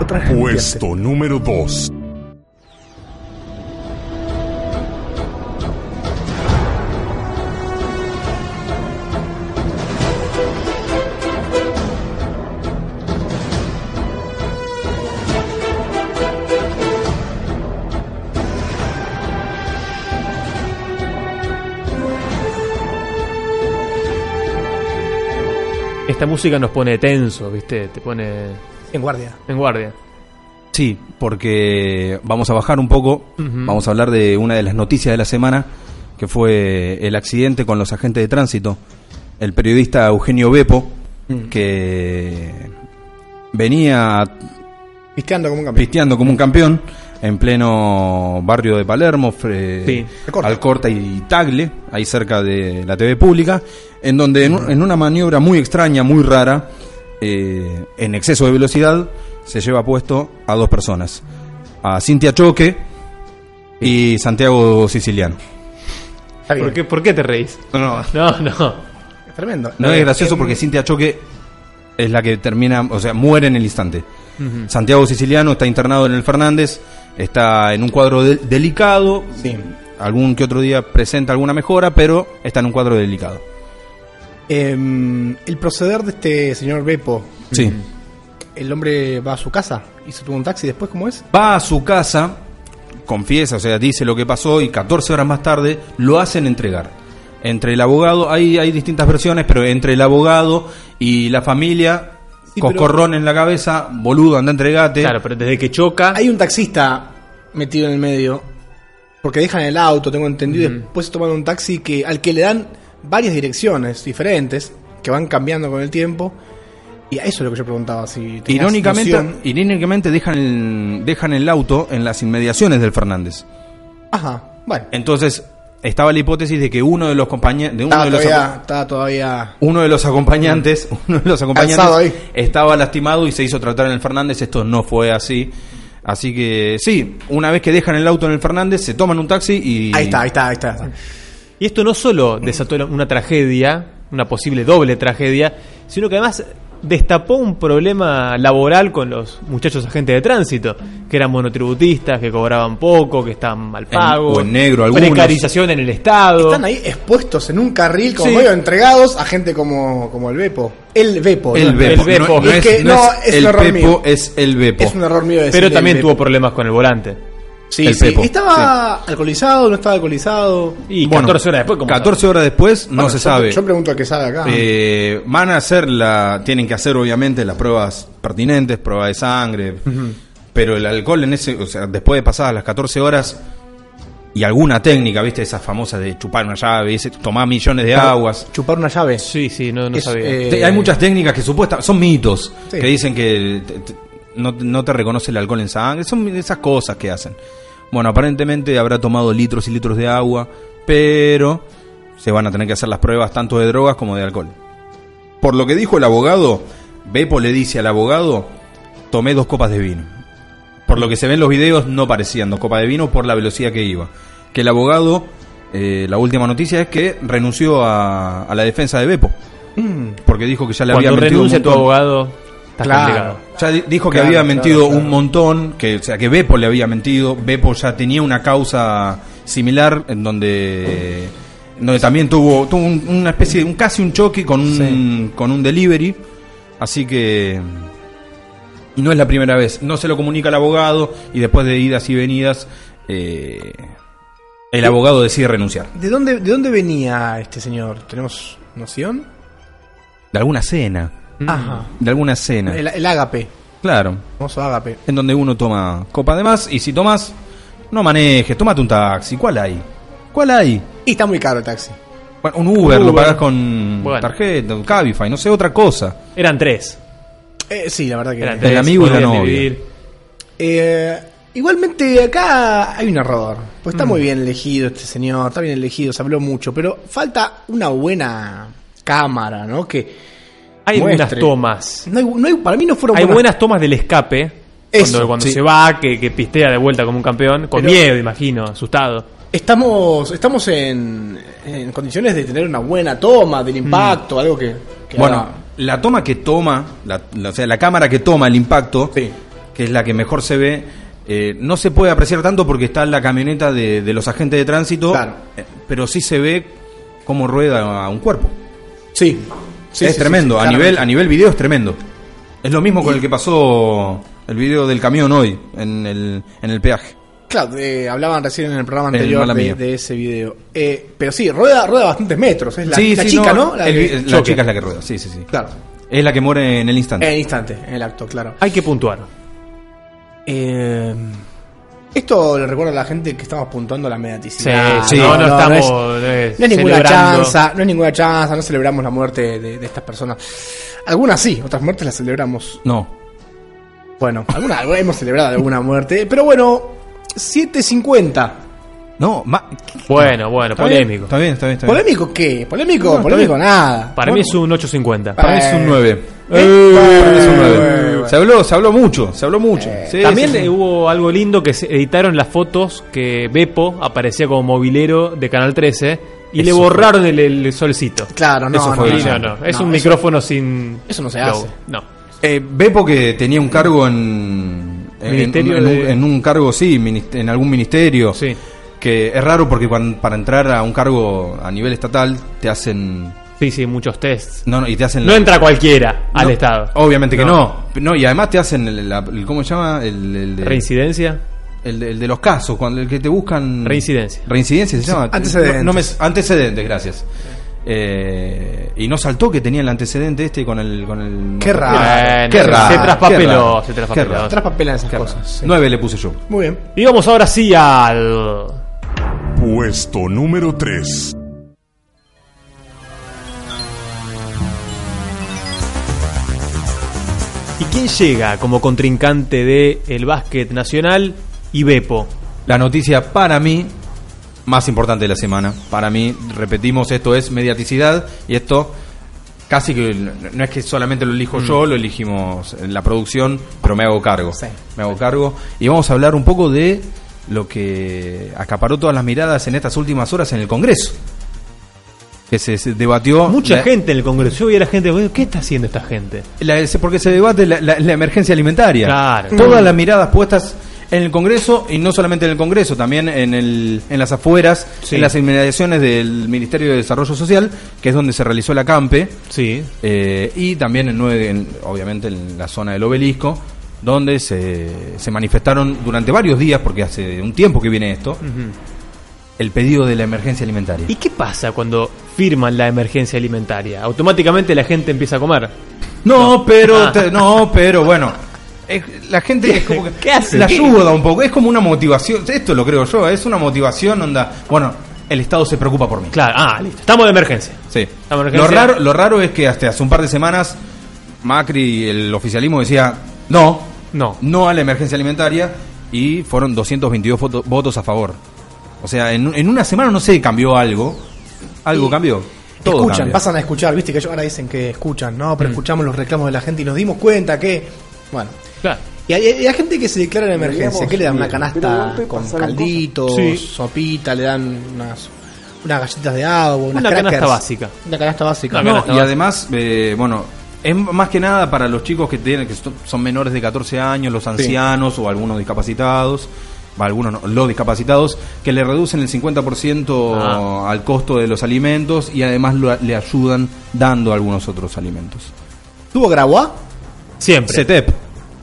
E: Otra vez cambiaste.
K: Puesto número 2.
D: Esta música nos pone tenso, ¿viste? Te pone
E: En guardia.
D: en guardia.
F: Sí, porque vamos a bajar un poco,
D: Ujú.
F: vamos a hablar de una de las noticias de la semana, que fue el accidente con los agentes de tránsito. El periodista Eugenio Bepo, que venía
E: Pisteando como un campeón.
F: pisteando como un campeón en pleno barrio de Palermo, fre-
D: Sí.
E: Alcorta.
F: Alcorta y Tagle, ahí cerca de la TV pública, en donde en, un- en una maniobra muy extraña, muy rara, eh, en exceso de velocidad, se lleva puesto a dos personas, a Cintia Choque y Santiago Siciliano.
E: Está bien.
D: ¿Por qué, ¿Por qué te reís?
F: No, no,
D: No, no.
E: Es tremendo.
F: no
E: Eh,
F: es gracioso
E: em,
F: porque Cintia Choque es la que termina, o sea, muere en el instante. Santiago Siciliano está internado en el Fernández, está en un cuadro de- delicado.
E: Sí.
F: Algún que otro día presenta alguna mejora, pero está en un cuadro delicado.
E: em, el proceder de este señor Bepo,
F: Sí.
E: el hombre va a su casa y se toma un taxi después, ¿cómo es?
F: Va a su casa, confiesa, o sea, dice lo que pasó y 14 horas más tarde lo hacen entregar. Entre el abogado, hay, hay distintas versiones, pero entre el abogado y la familia,
E: Sí, pero-
F: coscorrón en la cabeza, boludo, anda entregate.
D: Claro, pero desde que choca.
E: Hay un taxista metido en el medio. Porque dejan el auto, tengo entendido. y Después toman un taxi que, al que le dan varias direcciones diferentes. Que van cambiando con el tiempo. Y a eso es lo que yo preguntaba. Si tenías
F: Irónicamente,
E: noción.
F: irónicamente dejan, el, dejan el auto en las inmediaciones del Fernández.
E: Ajá, bueno.
F: Entonces, estaba la hipótesis de que uno de los compañeros de uno
E: Estaba
F: de los,
E: Ah, todavía,
F: aco-
E: estaba todavía.
F: uno de los acompañantes, [laughs] uno de los
E: Cansado
F: acompañantes
E: ahí.
F: estaba lastimado y se hizo tratar en el Fernández, esto no fue así. Así que sí, una vez que dejan el auto en el Fernández, se toman un taxi y
E: Ahí está, ahí está, ahí está. ahí está.
D: Y esto no solo desató una tragedia, una posible doble tragedia, sino que además destapó un problema laboral con los muchachos agentes de tránsito, que eran monotributistas, que cobraban poco, que estaban mal pagos,
F: o en negro algunos.
D: precarización en el Estado.
E: Están ahí expuestos en un carril, como
D: Sí.
E: medio entregados a gente como, como el Bepo. El Bepo.
F: el
E: ¿no?
F: Bepo,
D: Bepo.
F: No, no
E: Es
F: es,
E: que-
F: no
E: no,
F: es
E: es un
F: el
E: error
F: Pepo,
E: mío.
F: es el Bepo.
E: Es un error mío decir.
D: pero también tuvo problemas con el volante.
E: Sí,
F: el
E: sí.
F: Bepo,
E: Estaba alcoholizado, no estaba alcoholizado.
D: Y
F: Bueno,
D: 14 horas después, como
F: 14 horas después no
E: Bueno,
F: se
E: yo-
F: sabe.
E: Yo pregunto al que sabe acá.
F: Eh, van a hacer la. Tienen que hacer, obviamente, las pruebas pertinentes, prueba de sangre. Pero el alcohol, en ese, o sea, después de pasadas las 14 horas y alguna técnica, ¿viste? Esas famosas de chupar una llave, ese- tomar millones de aguas.
E: Chupar una llave.
D: Sí, sí, no, no
E: Es,
D: sabía.
E: eh,
F: Te- Hay muchas técnicas que supuestamente son mitos
E: Sí.
F: que dicen que te- te- no, no te reconoce el alcohol en sangre. Son esas cosas que hacen. Bueno, aparentemente habrá tomado litros y litros de agua, pero se van a tener que hacer las pruebas tanto de drogas como de alcohol. Por lo que dijo el abogado, Beppo le dice al abogado, tomé dos copas de vino. Por lo que se ven los videos, no parecían dos copas de vino por la velocidad que iba. Que el abogado, eh, la última noticia es que renunció a, a la defensa de Beppo. Porque dijo que ya le
D: Mm. Cuando
F: había mentido un
D: renuncia tu
F: montón.
D: abogado, estás
E: Claro.
D: complicado.
F: Ya di- dijo que
E: Claro,
F: había
E: claro,
F: mentido
E: claro.
F: un montón, que, o sea, que Beppo le había mentido. Beppo ya tenía una causa similar en donde, en donde también tuvo, tuvo un- una especie de un, casi un choque con un, con un delivery. Así que. Y no es la primera vez. No se lo comunica al abogado y después de idas y venidas, eh, el abogado decide renunciar.
E: ¿De dónde, ¿De dónde venía este señor? ¿Tenemos noción?
F: De alguna cena.
D: Mm.
E: Ajá.
F: De alguna cena.
E: El, el ágape.
F: Claro.
E: Famoso ágape.
F: en donde uno toma copa de más y si tomas, no manejes, tómate un taxi. ¿Cuál hay? ¿Cuál hay?
E: Y está muy caro el taxi.
F: Bueno, un Uber, lo
D: Uber.
F: pagas con
D: Bueno.
F: tarjeta, un Cabify, no sé, otra cosa.
D: Eran tres.
E: Eh, sí, la verdad que.
D: Eran tres,
F: amigo y la
D: podían
F: novia.
D: dividir.
E: Eh, igualmente acá hay un error. Pues
F: Mm.
E: está muy bien elegido este señor, está bien elegido, se habló mucho, pero falta una buena cámara, ¿no? Que
D: Hay
E: Muestre.
D: unas tomas.
E: no hay, no hay- para mí no fueron
D: Hay buenas tomas del escape.
E: Eso,
D: cuando cuando
E: sí.
D: se va, que, que pistea de vuelta como un campeón. Con
E: Pero-
D: miedo, imagino, asustado.
E: Estamos, estamos en, en condiciones de tener una buena toma del impacto, algo que, que
F: Mm. Bueno,
E: haga-
F: la toma que toma, la- la- o sea, la cámara que toma el impacto,
E: Sí.
F: que es la que mejor se ve, eh, no se puede apreciar tanto porque está la camioneta de, de los agentes de tránsito,
E: Claro.
F: eh, pero sí se ve cómo rueda un cuerpo.
E: sí, sí,
F: es
E: sí,
F: tremendo,
E: sí, sí,
F: a, nivel,
E: claramente.
F: a nivel video es tremendo. Es lo mismo con el que pasó el video del camión hoy, en el, en el peaje.
E: Claro, eh, hablaban recién en el programa
F: El
E: anterior
F: mala
E: de,
F: mía.
E: de ese video. Eh, pero sí, rueda, rueda bastantes metros. Es la,
F: Sí,
E: la
F: sí,
E: chica, ¿no? La
F: el
E: que-
F: vi- la
E: Choque.
F: chica es la que rueda, sí, sí, sí.
E: Claro. Eh.
F: Es la que muere en el
E: En
F: instante.
E: el instante, en el acto, claro.
D: Hay que puntuar.
E: Eh, esto le recuerdo a la gente que estamos puntuando la mediaticidad.
D: Sí, sí. No, no estamos,
E: No
D: eh,
E: es, no es ninguna
D: celebrando.
E: chanza, no es ninguna chanza, no celebramos la muerte de, de estas personas. Algunas sí, otras muertes las celebramos.
F: No.
E: Bueno, alguna, alguna- [laughs] hemos celebrado alguna muerte, pero bueno, 750.
F: No, ma-
D: Bueno, bueno,
E: Está bien,
D: polémico.
F: está bien, está bien. Está bien.
E: ¿Polémico qué? ¿Polémico?
F: No,
E: ¿Polémico?
F: está
E: Nada.
D: Para mí es un 850.
F: Para mí es un 9.
E: Eh,
F: Para mí es un nueve.
E: bueno, bueno.
F: Se habló, se habló mucho, se habló mucho. Sí,
D: También
F: sí, sí.
D: eh, hubo algo lindo que se editaron las fotos que Beppo aparecía como movilero de Canal 13 y le
F: Eso fue.
D: borraron el, el solcito.
E: Claro, no,
F: Eso fue
D: Y
E: no,
D: no,
F: brillante.
D: no, es
E: no,
D: un
E: eso-
D: micrófono sin.
E: eso no se
D: globo.
E: hace.
D: No.
F: Eh, Beppo que tenía un cargo en. en-
D: Ministerio
F: en, en un-
D: de-
F: en un cargo, sí, minis- en algún ministerio.
D: Sí.
F: Que es raro porque cuan- para entrar a un cargo a nivel estatal te hacen.
D: Sí, sí, muchos tests.
F: No, no, y te hacen.
D: No entra cualquiera al
F: No,
D: Estado.
F: Obviamente que no. no. y además te hacen el, la- el- ¿cómo se llama? El, el de,
D: ¿Reincidencia?
F: el de- el de los casos, cuando el que te buscan
D: Reincidencia.
F: Reincidencia se llama.
E: antecedentes.
F: No, no me- antecedentes, gracias. Eh, y no saltó que tenía el antecedente este con el con el
E: Qué raro.
D: Bueno,
F: Ah, Qué
D: se-
F: raro,
D: se
F: qué
D: traspapeló.
F: raro.
D: Se
F: Qué
D: traspapeló.
F: raro.
E: Traspapelan esas cosas. sí.
F: 9 le puse yo.
E: Muy bien.
D: Y vamos ahora sí al.
K: Puesto número 3.
D: ¿Y quién llega como contrincante de el básquet nacional y Beppo?
F: La noticia para mí más importante de la semana. Para mí, repetimos, esto es mediaticidad y esto casi que no no es que solamente lo
D: Mm.
F: elijo yo, lo elegimos en la producción, pero me hago cargo.
E: Sí.
F: Me hago cargo y vamos a hablar un poco de lo que acaparó todas las miradas en estas últimas horas en el Congreso. Que se, se debatió
D: Mucha
F: la-
D: gente en el Congreso. Yo vi a la gente, "Bueno, ¿qué está haciendo esta gente?
F: la- se- porque se debate la, la- la emergencia alimentaria.
D: Claro.
F: Todas las miradas puestas en el Congreso y no solamente en el Congreso, también en, el, en las afueras,
D: Sí.
F: en las inmediaciones del Ministerio de Desarrollo Social, que es donde se realizó la CAMPE,
D: Sí.
F: eh, y también en, nueve- en- obviamente en la zona del obelisco, donde se, se manifestaron durante varios días, porque hace un tiempo que viene esto, el pedido de la emergencia alimentaria.
D: ¿Y qué pasa cuando firman la emergencia alimentaria? Automáticamente la gente empieza a comer.
F: No,
D: Ah.
F: pero te- no, pero bueno. Es- La gente es como que
D: ¿Qué hace?
F: la
D: ¿Qué?
F: ayuda un poco, es como una motivación, esto lo creo yo, es una motivación onda, bueno, el Estado se preocupa por mí.
D: Claro, ah, listo. Estamos de emergencia.
F: Sí.
D: La emergencia.
F: Lo raro, lo raro es que hasta hace un par de semanas Macri y el oficialismo decía no,
D: No.
F: no a la emergencia alimentaria y fueron 222 voto- votos a favor. O sea, en, un- en una semana no sé, cambió algo. Algo
E: Y
F: cambió. Todo
E: escuchan,
F: cambia.
E: pasan a escuchar, viste que ellos ahora dicen que escuchan, ¿no? Pero escuchamos los reclamos de la gente y nos dimos cuenta que. Bueno.
D: Claro.
E: Y hay, hay gente que se declara en emergencia, que le dan una canasta con calditos,
D: Sí.
E: sopita, le dan unas, unas galletas de agua, unas
D: Una canasta
E: crackers.
D: básica.
E: Una canasta básica.
D: Una
F: No,
D: Acá está.
F: y además, eh, bueno, es más que nada para los chicos que tienen que son- son menores de 14 años, los ancianos o algunos discapacitados, va, algunos no, los discapacitados, que le reducen el 50%
D: Ah.
F: al costo de los alimentos y además lo- le ayudan dando algunos otros alimentos.
E: ¿Tuvo Grabois?
D: Siempre.
F: CETEP.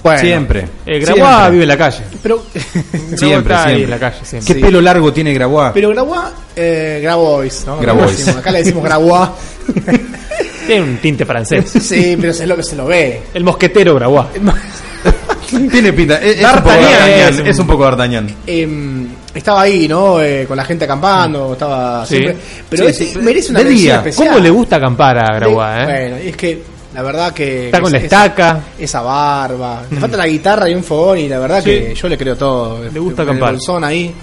E: Bueno.
F: Siempre.
D: Eh, Grabois
F: Siempre.
D: vive en la calle.
E: Pero, [laughs]
D: está ahí
F: Siempre, siempre.
D: en la calle, siempre.
F: ¿Qué
E: Sí.
F: pelo largo tiene Grabois?
E: pero Grabois, eh, Grabois, ¿no?
F: Grabois.
E: Acá le decimos- Acá le
D: [laughs]
E: decimos Grabois.
D: Tiene un tinte
F: [laughs]
D: francés.
E: sí, pero es lo que se lo ve.
D: El mosquetero Grabois.
F: tiene pinta. e-, Es, es un poco
D: D'Artagnan, es
F: D'Artagnan.
D: un-
F: Es un poco D'Artagnan.
E: Eh, estaba ahí, ¿no? Eh, con la gente acampando, estaba
D: Mm. Sí.
E: siempre. Pero
F: Sí,
E: este
F: sí,
E: merece una
F: de
E: mención
F: día.
E: especial.
D: ¿Cómo le gusta acampar a
E: De-
D: Grabois, eh?
E: Bueno, es que la verdad que.
D: Está con
E: es-
D: la
E: esa-
D: estaca.
E: Esa barba. Le falta la guitarra y un fogón, y la verdad
D: Mm. Sí.
E: que yo le creo todo.
D: Le gusta
E: Con el
D: acampar.
E: bolsón ahí.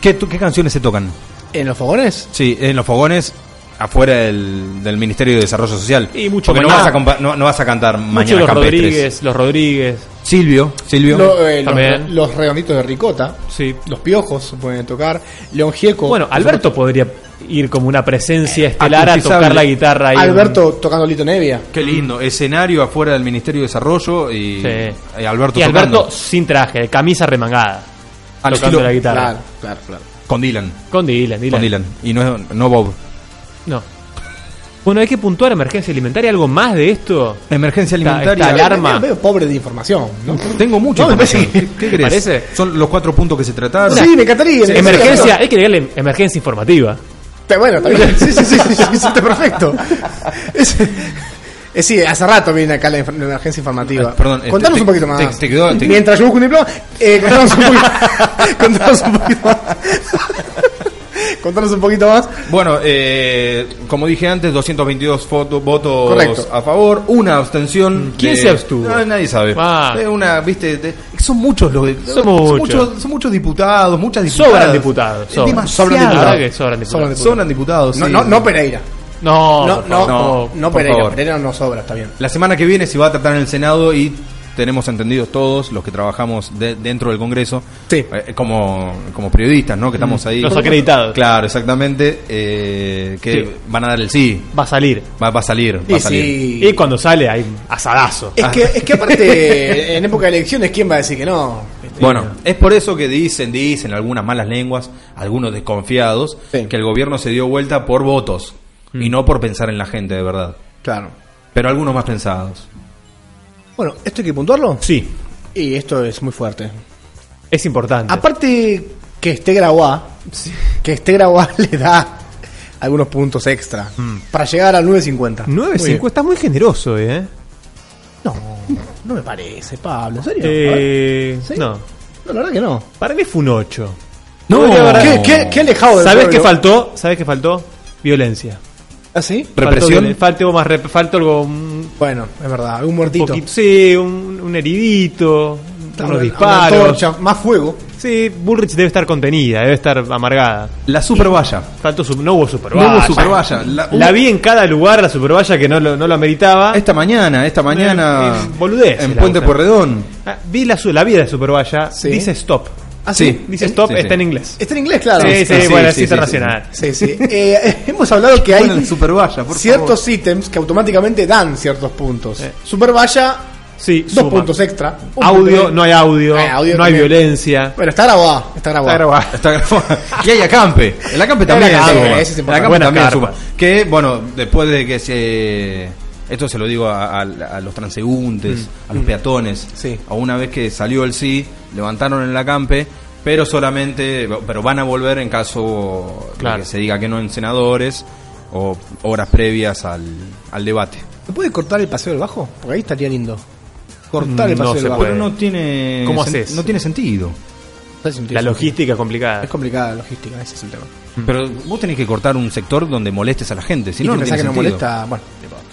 F: ¿Qué, tu- ¿Qué canciones se tocan?
E: ¿En los fogones?
F: Sí, en los fogones, afuera del, del Ministerio de Desarrollo Social.
D: Y mucho
F: Porque no
D: maná.
F: vas, a compa- no, no vas a cantar
D: Muchos
F: mañana
D: los
F: campestres.
D: Rodríguez, los Rodríguez.
F: Silvio, Silvio.
E: Lo- eh, los,
D: También.
E: los redonditos de ricota.
D: Sí.
E: Los piojos se pueden tocar. León Gieco.
D: Bueno, Alberto podría ir como una presencia estelar a
F: acustizable.
D: tocar la guitarra ahí.
E: Alberto tocando Lito Nevia.
F: Qué lindo, escenario afuera del Ministerio de Desarrollo y,
D: Sí.
F: y Alberto
D: Y Alberto
F: tocando.
D: sin traje, camisa remangada.
F: Al
D: tocando
F: estilo-
D: la guitarra.
E: Claro, claro, claro.
F: con Dylan.
D: Con Dylan, Dylan.
F: Con Dylan. Y no, es- no Bob.
D: No. Bueno, hay que puntuar emergencia alimentaria. ¿Algo más de esto?
F: Emergencia
D: Está-
F: alimentaria.
D: está alarma.
E: Medio- medio pobre de información, ¿no?
F: Tengo mucho.
E: No, me
F: información.
E: parece
F: ¿Qué crees?
D: parece?
F: Son los cuatro puntos que se trataron.
E: Sí, me encantaría. me encantaría.
D: Emergencia, hay que agregarle emergencia informativa.
F: [laughs]
E: Está bueno, está bien. Sí, sí, sí, sí, sí, sí, está perfecto. [laughs] Es- Eh, sí, hace rato viene acá la, inf- la agencia informativa.
F: Perdón, eh,
E: contanos
F: te-
E: un poquito
F: te-
E: más.
F: te quedó- te-
E: Mientras yo busco un diploma, eh, contanos, un poquito, [laughs]
F: [laughs]
E: contanos un poquito más. contanos un poquito más.
F: Bueno, eh, como dije antes, 222 foto- votos
E: Correcto.
F: a favor, una abstención.
D: ¿Quién
F: de-
D: se abstuvo?
F: Ah, nadie sabe.
D: Mm, Ah.
F: Eh, una, viste, de- son muchos los de-
D: Son
F: son
D: muchos.
F: muchos, son muchos diputados, muchas diputadas.
D: Sobran diputados. Sobran,
F: Demasiado.
D: Sobran diputados. La verdad que sobran diputados.
F: Sobran diputados,
E: No,
F: sí.
E: no, no Pereira.
D: No,
E: No,
D: por
E: no,
D: favor.
E: no, no
F: por
E: Pereira.
F: favor.
E: Pereira no sobra, está bien.
F: La semana que viene se va a tratar en el Senado y tenemos entendidos todos los que trabajamos de- dentro del Congreso, eh, como, como periodistas, ¿no? Que estamos ahí.
D: Mm. los acreditados.
F: Claro, exactamente. eh, que
D: Sí.
F: van a dar el sí.
D: Va a salir.
F: Va, va a salir.
E: Y
F: Va a salir.
E: si-
D: Y cuando sale hay asadazo.
E: Es que, es que
F: [laughs]
E: aparte, en época de elecciones, ¿quién va a decir que no? Este,
F: Bueno, es por eso que dicen, dicen algunas malas lenguas, algunos desconfiados, que el gobierno se dio vuelta por votos y no por pensar en la gente de verdad.
E: Claro.
F: Pero algunos más pensados.
E: Bueno, ¿esto hay que puntuarlo?
D: Sí,
E: Y esto es muy fuerte.
D: es importante.
E: Aparte que esté grabado, que esté grabado [laughs] le da algunos puntos extra
D: Mm.
E: para llegar al 9.50.
D: 9.50, estás muy generoso, eh.
E: No, no me parece, Pablo, ¿en serio?
D: Eh,
E: ¿Sí?
D: No,
E: No, la verdad que no.
D: para mí fue un 8.
F: No,
E: ¿Qué, qué, qué alejado del
D: ¿Sabes qué
E: pueblo?
D: faltó? ¿Sabes qué faltó? Violencia.
E: ¿Ah, sí?
F: Represión.
D: Falta algo más, rep- faltó algo un
E: Bueno, es verdad, algún muertito.
D: poquito, sí, un, un heridito,
E: Una-
D: unos
E: una
D: disparos.
E: antorcha, más fuego.
D: Sí, Bullrich debe estar contenida, debe estar amargada.
F: La supervalla.
D: Faltó su- no hubo supervalla.
F: No hubo supervalla. La- uh,
D: La vi en cada lugar la supervalla que no lo, no lo ameritaba.
F: Esta mañana, esta mañana.
D: Eh, eh, boludez,
F: En
D: la
F: Puente
D: otra.
F: Porredón.
D: Ah, vi la, su- la vida de Supervalla,
E: Sí.
D: dice stop.
E: ¿Ah,
F: Sí.
D: Dice stop,
F: Sí, sí.
D: está en inglés.
E: Está en inglés, claro.
D: Sí, sí,
F: sí, sí,
D: bueno,
F: sí,
D: es
F: sí,
D: internacional.
E: Sí, sí. Eh, [laughs] hemos hablado que
F: Bueno,
E: hay
F: el Supervalla, por
E: ciertos ítems que automáticamente dan ciertos puntos. Supervalla,
D: Sí,
E: dos
D: Eh. suma.
E: puntos extra. Un punto
D: Audio,
E: de-
D: no hay audio,
E: Ah, audio
D: no hay
E: también.
D: violencia.
E: Bueno, está grabado, está grabado.
D: Está grabado.
F: favor. Está grabado. [laughs] y hay acampe. El acampe también.
E: acampe,
F: suma.
E: ese es
F: el
E: importante.
F: acampe
D: Buena
F: también
D: carpa.
F: suma. Que bueno, después de que se. Esto se lo digo a, a- a los transeúntes, a los peatones.
E: Sí.
F: A una vez que salió el sí, levantaron el acampe, pero solamente. Pero van a volver en caso de
D: Claro.
F: que se diga que no en senadores o horas previas al, al debate.
E: ¿Se puede cortar el paseo del bajo? Porque ahí estaría lindo. Cortar el
D: No
E: paseo
D: se
E: del bajo.
D: puede.
F: Pero no tiene.
D: ¿Cómo
F: sen-
D: haces?
F: No tiene sentido.
E: No hace sentido.
D: La logística es complicada.
E: Es complicada la logística, ese es el tema.
F: Pero vos tenés que cortar un sector donde molestes a la gente, si
E: y
F: no,
E: que
F: no
E: pensás
F: tiene
E: que no
F: sentido.
E: molesta. Bueno, no importa.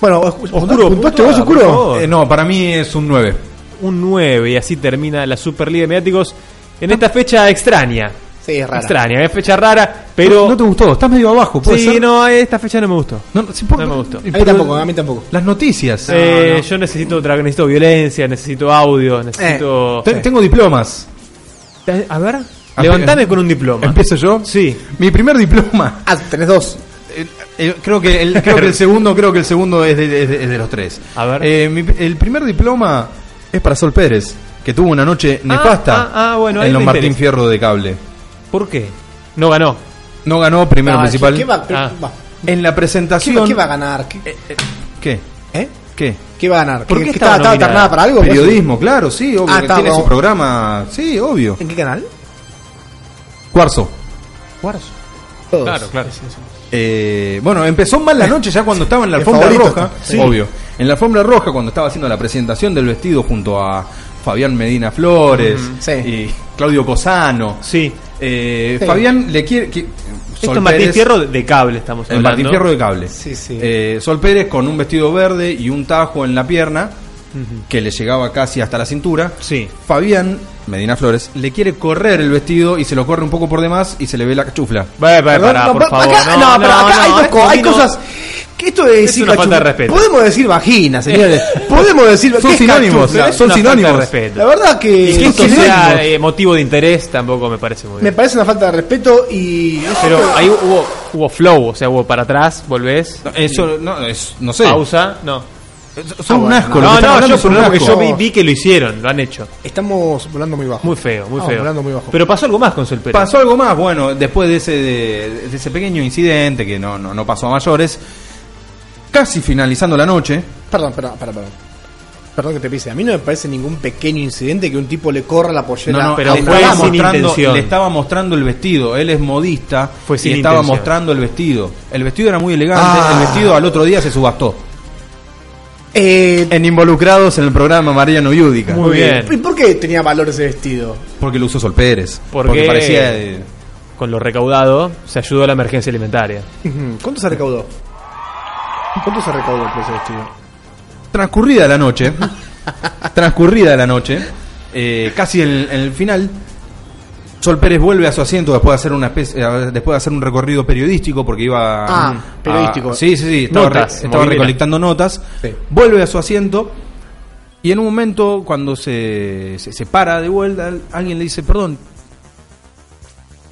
E: bueno oscuro,
D: Oscuro,
E: ¿puntuaste
D: puntuada, por
E: vos, oscuro?
D: favor.
F: Eh, no, para mí es un 9.
D: Un 9 y así termina la Superliga de Mediáticos en esta fecha extraña.
E: Sí, es rara.
D: Extraña, es fecha rara, pero...
F: no, no te gustó, estás medio abajo, ¿puede
D: sí,
F: ser?
D: no, esta fecha no me gustó.
F: No, sí, por-
D: No me gustó.
F: y
E: A mí
F: pero-
E: tampoco, a mí tampoco.
F: Las noticias.
D: Eh, Yo necesito otra, necesito violencia, necesito audio, necesito...
F: Te- Ah, Tengo diplomas.
D: Eh, A ver, levantame con un diploma.
F: ¿Empiezo yo?
D: Sí.
F: Mi primer diploma.
E: Ah, tenés dos.
F: Eh, eh, creo que el, creo que el segundo, creo que el segundo es de, es de- es de los tres.
D: A ver.
F: Eh, mi- el primer diploma es para Sol Pérez, que tuvo una noche nefasta
D: ah, ah, bueno, ahí
F: en los
D: me
F: Martín
D: interesa.
F: Fierro de cable.
D: ¿Por qué? No ganó.
F: No ganó primero
E: Ah,
F: principal.
E: ¿Qué, qué va, pero-
D: Ah.
E: va.
F: En la
E: ¿Qué
F: presentación.
E: va- qué va a ganar? ¿Qué,
F: ¿Qué?
E: ¿Eh?
F: ¿Qué?
E: ¿Qué va a ganar?
D: ¿Por
E: ¿Que-
D: qué
E: que
D: estaba
E: estaba, estaba
D: nominada?
E: ternada para algo?
F: Periodismo, claro, sí, obvio.
E: Ah,
F: que
E: está,
F: tiene su
E: vamos.
F: programa. Sí, obvio.
E: ¿En qué canal?
F: Cuarzo.
E: Todos.
D: claro.
F: Eh, bueno, empezó mal la noche ya cuando estaba en la alfombra
E: favorito
F: roja.
E: está, sí.
F: Obvio. En la alfombra roja, cuando estaba haciendo la presentación del vestido junto a Fabián Medina Flores
E: sí.
F: y Claudio Posano.
D: Sí.
F: Eh,
E: Sí.
F: Fabián le quiere. que-
D: Esto
F: Sol
D: es Martín
F: Pérez-
D: Fierro de cable, estamos
F: El
D: hablando.
F: Martín Fierro de cable.
E: Sí, sí.
F: Eh, Sol Pérez con un vestido verde y un tajo en la pierna que le llegaba casi hasta la cintura.
D: Sí.
F: Fabián Medina Flores le quiere correr el vestido y se lo corre un poco por demás y se le ve la cachufla.
E: Eh,
D: Ve, ve,
E: Perdón,
D: pará,
E: no,
D: por
E: pa-
D: favor.
E: acá- no, pero acá hay, dos
D: esto
E: co- hay
D: vino-
E: cosas. Que esto de decir
D: una falta de
E: cachu-
D: respeto.
E: Podemos decir vagina, señores. Podemos decir. ¿qué
F: Son
E: es
F: sinónimos,
E: cachufla?
D: Pero es
F: son
D: una falta de
F: sinónimos.
D: respeto.
E: La verdad que.
D: Y que
E: son
D: esto
E: sinónimos.
D: sea eh, motivo de interés tampoco me parece muy
E: Me
D: bien.
E: parece una falta de respeto y.
D: Pero ahí hubo, hubo flow, o sea, hubo para atrás, volvés,
F: No, Eso no, es, no sé.
D: pausa, no.
F: Son un asco. lo que
D: No,
F: están
D: no,
F: hablando
D: yo,
F: son un
D: porque
F: asco.
D: yo vi, vi que lo hicieron, lo han hecho.
E: Estamos volando muy bajo.
D: Muy feo, muy
E: Estamos
D: feo.
E: volando muy bajo.
D: Pero pasó algo más con Sol Pérez.
F: Pasó algo más, bueno, después de ese, de, de ese pequeño incidente que no, no, no pasó a mayores, casi finalizando la noche,
E: Perdón, perdón, perdón, perdón. Perdón que te pise. A mí no me parece ningún pequeño incidente que un tipo le corra la pollera.
F: No, no,
D: pero
E: a
F: le,
E: una
D: fue
F: estaba
E: dama.
D: sin
F: mostrando,
D: intención.
F: le estaba mostrando el vestido. Él es modista
D: Fue sin
F: y estaba
D: intención.
F: mostrando el vestido. El vestido era muy elegante.
E: Ah.
F: El vestido al otro día se subastó. en Involucrados en el programa Mariano Yúdica.
E: Muy bien. Eh, ¿Y por qué tenía valor ese vestido?
F: Porque lo usó Sol Pérez.
D: Porque,
F: Porque parecía. eh,
D: con lo recaudado se ayudó a la emergencia alimentaria.
E: Ujú. ¿Cuánto se recaudó? ¿Cuánto se recaudó por ese vestido?
F: transcurrida la noche, transcurrida la noche, eh, casi en, en el final, Sol Pérez vuelve a su asiento después de hacer una especie, eh, después de hacer un recorrido periodístico porque iba
E: Ah,
F: a-
E: periodístico.
F: sí, sí, sí, estaba,
D: Notas,
F: re- estaba
D: movida.
F: recolectando notas, vuelve a su asiento y en un momento cuando se, se, se para de vuelta alguien le dice, "Perdón,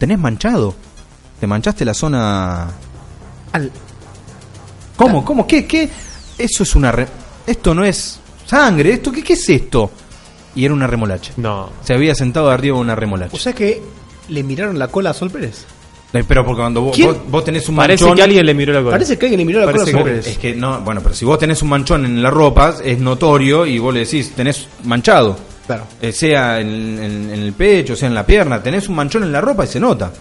F: tenés manchado, te manchaste la zona ¿Cómo? ¿Cómo? ¿Qué? ¿Qué? Eso es una... re- Esto no es sangre, ¿esto qué, qué es esto? Y era una remolacha.
D: No.
F: Se había sentado arriba de una remolacha.
E: O sea que le miraron la cola a Sol Pérez.
F: Eh, Pero porque cuando vos,
E: ¿Quién?
F: vos- vos tenés un
D: Parece
F: manchón...
D: que alguien le miró la cola.
E: Parece que alguien le miró la cola
F: Parece
E: a
F: que-
E: Sol Pérez.
F: es que no, bueno, pero si vos tenés un manchón en la ropa, es notorio y vos le decís, tenés manchado.
E: Claro.
F: Eh, sea en, en- en el pecho, sea en la pierna, tenés un manchón en la ropa y se nota.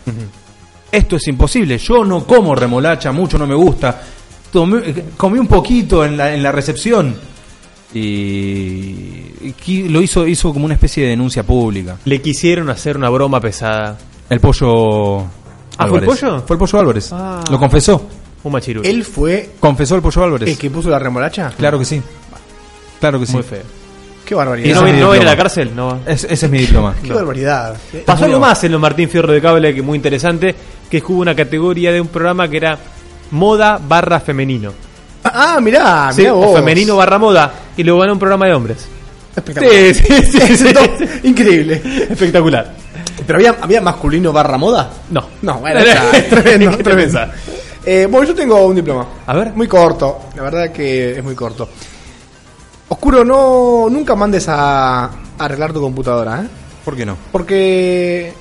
F: Esto es imposible, yo no como remolacha, mucho no me gusta. Tomé- eh, comí un poquito en la, en la recepción y, y qui- lo hizo, hizo como una especie de denuncia pública.
D: Le quisieron hacer una broma pesada.
F: El pollo...
D: Ah, ¿fue el
F: Álvarez.
D: pollo?
F: Fue el pollo Álvarez.
D: Ah.
F: Lo confesó.
D: Un machirulo.
E: Él fue
F: Confesó el pollo Álvarez.
E: el que puso la remolacha.
F: Claro que sí. Claro que sí.
D: Muy feo.
E: Qué
D: Y no,
E: barbaridad.
F: Ese es
D: vi-
F: mi
D: no viene a
F: diploma.
D: la cárcel, no.
F: Es- ese es mi diploma.
E: Qué barbaridad.
D: Pasó algo más en los Martín Fierro de Cable que muy interesante, que es que hubo una categoría de un programa que era moda barra femenino.
E: Ah, mirá, mirá
D: Sí, o
E: vos.
D: femenino barra moda, y luego ganó un programa de hombres.
E: Espectacular.
D: sí, sí,
E: [laughs]
D: [laughs] sí, sí.
E: Increíble.
D: Espectacular.
E: ¿Pero había, había masculino barra moda?
D: No.
E: No,
D: [laughs]
E: bueno, está, tremendo, tremendo. Eh, bueno, yo tengo un diploma.
D: A ver.
E: Muy corto, la verdad que es muy corto. Oscuro, no nunca mandes a, a arreglar tu computadora, ¿eh?
F: ¿Por qué no?
E: Porque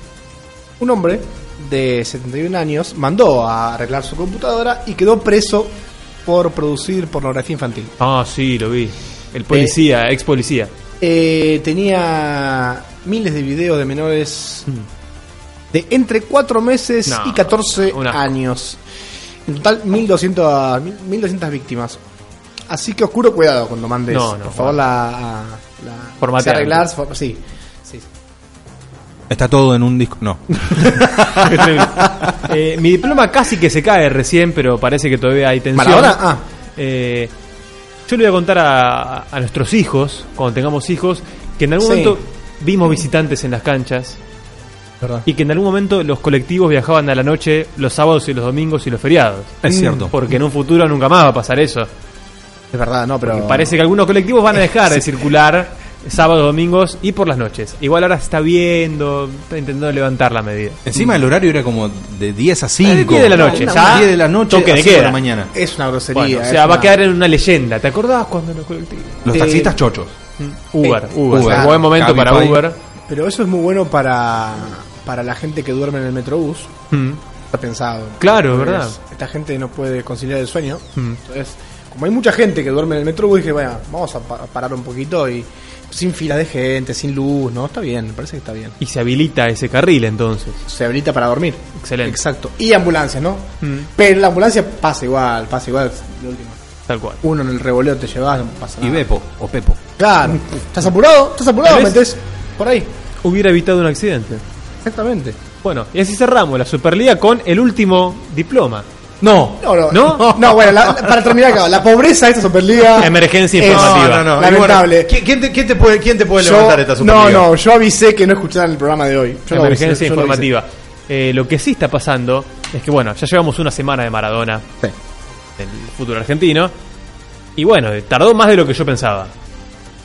E: un hombre de 71 años mandó a arreglar su computadora y quedó preso por producir pornografía infantil.
D: Ah, sí, lo vi. El policía, ex policía.
E: Eh, tenía miles de videos de menores de entre 4 meses
D: No,
E: y 14
D: un asco.
E: años. En total, 1200, 1200 víctimas. Así que oscuro cuidado cuando mandes,
D: No, no,
E: por favor, la, la,
D: Formatea.
E: se arreglar, for- sí. sí.
F: Está todo en un disco. No.
D: [laughs] Eh, mi diploma casi que se cae recién, pero parece que todavía hay tensión.
E: Maradona, ah.
D: Eh, yo le voy a contar a, a nuestros hijos, cuando tengamos hijos, que en algún
E: Sí.
D: momento vimos visitantes en las canchas y que en algún momento los colectivos viajaban a la noche los sábados y los domingos y los feriados. Mm.
F: Es cierto.
D: Porque en un futuro nunca más va a pasar eso.
E: Es verdad, no, pero.
D: Parece que algunos colectivos van a dejar de circular sábados, domingos y por las noches. Igual ahora se está viendo, está intentando levantar la medida.
F: Encima el horario era como de 10 a 5.
D: Eh, 10 de la noche, ya.
F: 10 de la noche
D: Toque
F: a
D: de
F: 5 de
D: queda. Eh,
F: la mañana.
E: Es una grosería.
D: Bueno, o
E: es
D: sea, va a
E: una-
D: quedar en una leyenda. ¿Te acordás cuando los colectivos?
F: Los
E: Eh,
F: taxistas chochos.
D: Uber,
E: Eh,
D: Uber.
F: Uber.
D: Buen momento para
F: Cabify.
D: Uber.
E: Pero eso es muy bueno para, para la gente que duerme en el metrobús.
D: Mm.
E: Está pensado.
D: Claro, ¿verdad?
E: Esta gente no puede conciliar el sueño.
D: Mm.
E: Entonces, como hay mucha gente que duerme en el metrobús, dije, bueno, vamos a pa- parar un poquito y sin filas de gente, sin luz, ¿no? Está bien, me parece que está bien.
D: Y se habilita ese carril entonces.
E: Se habilita para dormir.
D: Excelente.
E: Exacto. Y ambulancias, ¿no?
D: Mm.
E: Pero la ambulancia pasa igual, pasa igual. de última.
D: Tal cual.
E: Uno en el revoleo te llevas, no pasa
F: Y
E: nada.
F: Bepo, o Pepo.
D: [laughs]
E: Claro. ¿Estás apurado? ¿Estás apurado?
D: ¿Ves?
E: Metés por ahí.
D: Hubiera evitado un accidente.
E: Exactamente.
D: Bueno, y así cerramos la Superliga con el último diploma.
F: No.
E: No, no,
D: ¿No?
E: no. bueno, la- la- para terminar acá, la pobreza de esta Superliga.
D: Emergencia
E: es
D: informativa.
F: No, no, no.
E: Lamentable.
F: Y bueno, ¿quién- ¿quién, te, quién te puede, quién te puede
E: Yo-
F: levantar esta
E: no,
F: Superliga?
E: no, yo avisé que no escucharan el programa de hoy. Yo lo avisé,
D: Emergencia
E: yo lo avisé.
D: informativa. Eh, lo que sí está pasando es que, bueno, ya llevamos una semana de Maradona
E: Sí.
D: en el fútbol argentino. Y bueno, eh, tardó más de lo que yo pensaba.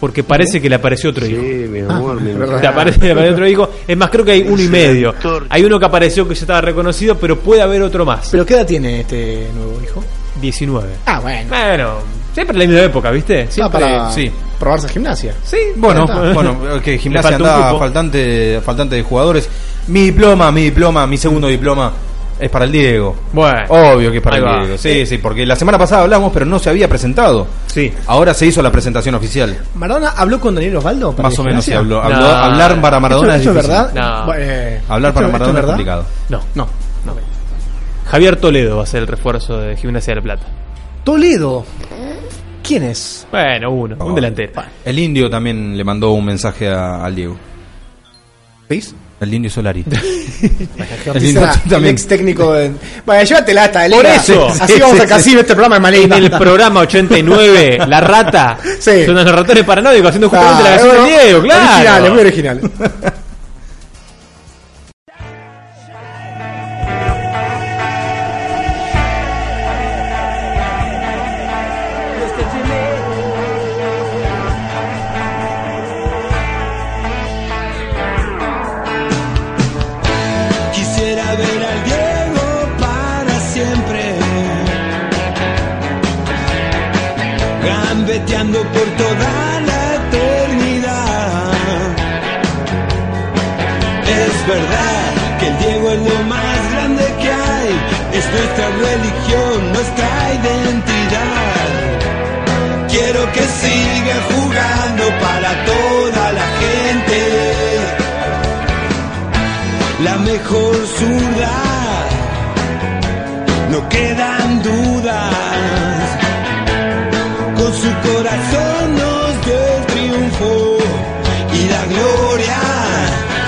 D: Porque parece que le apareció otro hijo.
J: mi amor, mi amor.
D: Te aparece, te aparece otro hijo. Es más, creo que hay uno y medio. Hay uno que apareció que ya estaba reconocido, pero puede haber otro más.
E: ¿Pero qué edad tiene este nuevo hijo?
D: 19.
E: Ah, bueno.
D: Bueno, siempre la misma época, ¿viste?
E: Va
D: Siempre.
E: para
F: sí.
E: probarse gimnasia.
D: Sí,
F: Bueno,
D: ya está. [laughs]
F: bueno, [laughs] que
D: Le
F: gimnasia
D: falta un
F: andaba
D: cupo.
F: faltante, faltante de jugadores. Mi diploma, mi diploma, mi segundo diploma es para el Diego.
D: Bueno.
F: Obvio que es para
D: Ahí
F: el
D: va. Eh.
F: Diego. Sí, sí, porque la semana pasada hablamos, pero no se había presentado.
D: Sí.
F: Ahora se hizo la presentación oficial.
E: ¿Maradona habló con Daniel Osvaldo? para
F: Más o
E: la
F: menos se
E: gimnasia?
F: habló.
D: No.
F: habló- Hablar para Maradona
E: ¿Esto, esto
F: es difícil.
E: verdad?
D: No.
E: Bueno, eh,
F: Hablar para
E: ¿esto- esto
F: Maradona es
E: verdad?
F: complicado.
D: No.
E: No.
D: Javier Toledo va a ser el refuerzo de Gimnasia de la Plata.
E: Toledo. ¿Quién es?
D: Bueno, uno, un delantero.
F: El indio también le mandó un mensaje a- al Diego.
E: ¿Veis?
F: El indio Solari.
E: El,
F: El indio también.
E: ex técnico de. Bueno, llévatela hasta el
D: Por
E: Liga.
D: eso.
E: Así
D: Sí,
E: vamos
D: sí,
E: a casi
D: sí.
E: este programa de
D: En
E: Malena.
D: el programa 89, La Rata,
E: Sí.
D: son los ratones paranoicos haciendo justamente la
E: Ah,
D: canción
E: bueno,
D: del Diego, claro.
E: Originales, muy originales.
A: Quisiera ver al Diego para siempre. Gambeteando por toda la eternidad. Es verdad que el Diego es lo más grande que hay. Es nuestra religión, nuestra identidad. Quiero que siga jugando para toda la gente la mejor zurda. No quedan dudas. Con su corazón nos dio el triunfo y la gloria.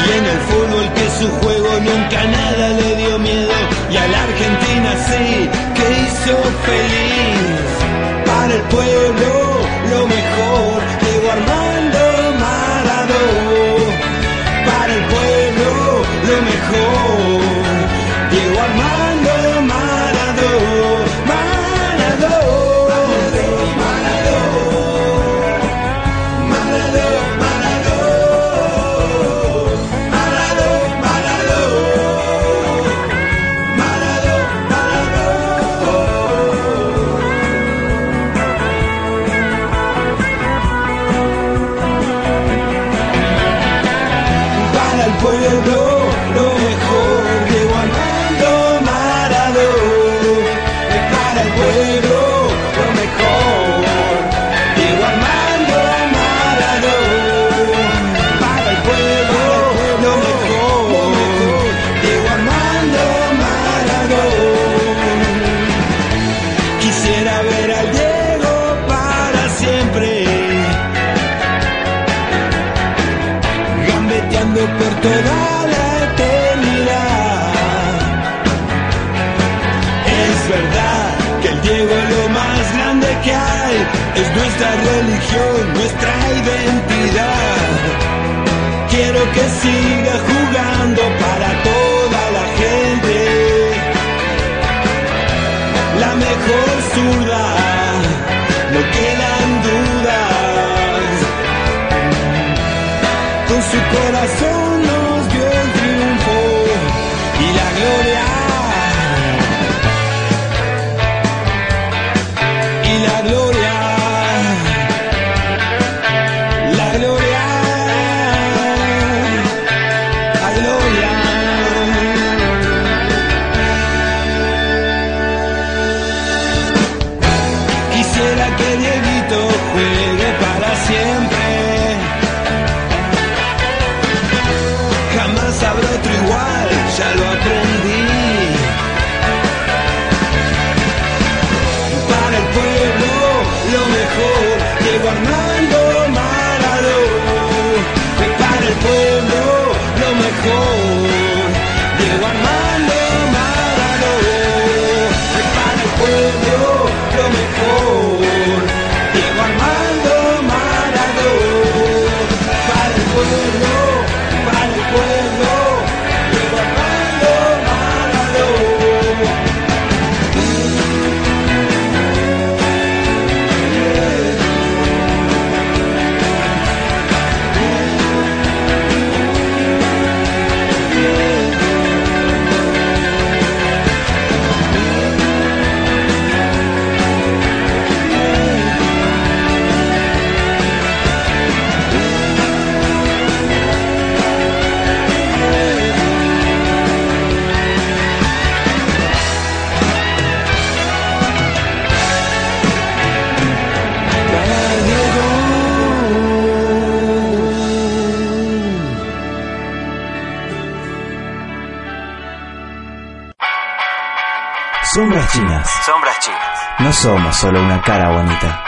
A: Y en el fútbol que su juego nunca nada le dio miedo. Y a la Argentina sí, que hizo feliz. Para el pueblo lo mejor, Diego Armando Maradona para el pueblo lo mejor. Diego Armando Maradó, Maradó, Maradó, Maradó, Maradó, Maradó, Maradó, Maradó, Maradó. para el pueblo lo mejor Diego Armando Maradó para el pueblo lo mejor Diego Armando Maradó para el pueblo lo mejor Diego Armando Maradó quisiera ver al Diego para siempre gambeteando por toda la eternidad. Es verdad que el Diego es lo más grande que hay, es nuestra religión, nuestra identidad. Quiero que siga jugando para toda la gente. La mejor zurda, no quedan dudas con su corazón nos dio el triunfo y la gloria. Y la gloria. La gloria. La gloria. Quisiera que Dieguito juegue para siempre. jamás habrá otro igual, ya lo aprendí. Para el pueblo lo mejor, Diego Armando Maradó. Para el pueblo lo mejor, Diego Armando Maradó. Para el pueblo lo mejor, Diego Armando Maradó. Para el pueblo para el pueblo, Diego Armando Maradó.
I: Sombras chinas. Sombras chinas. No somos solo una cara bonita.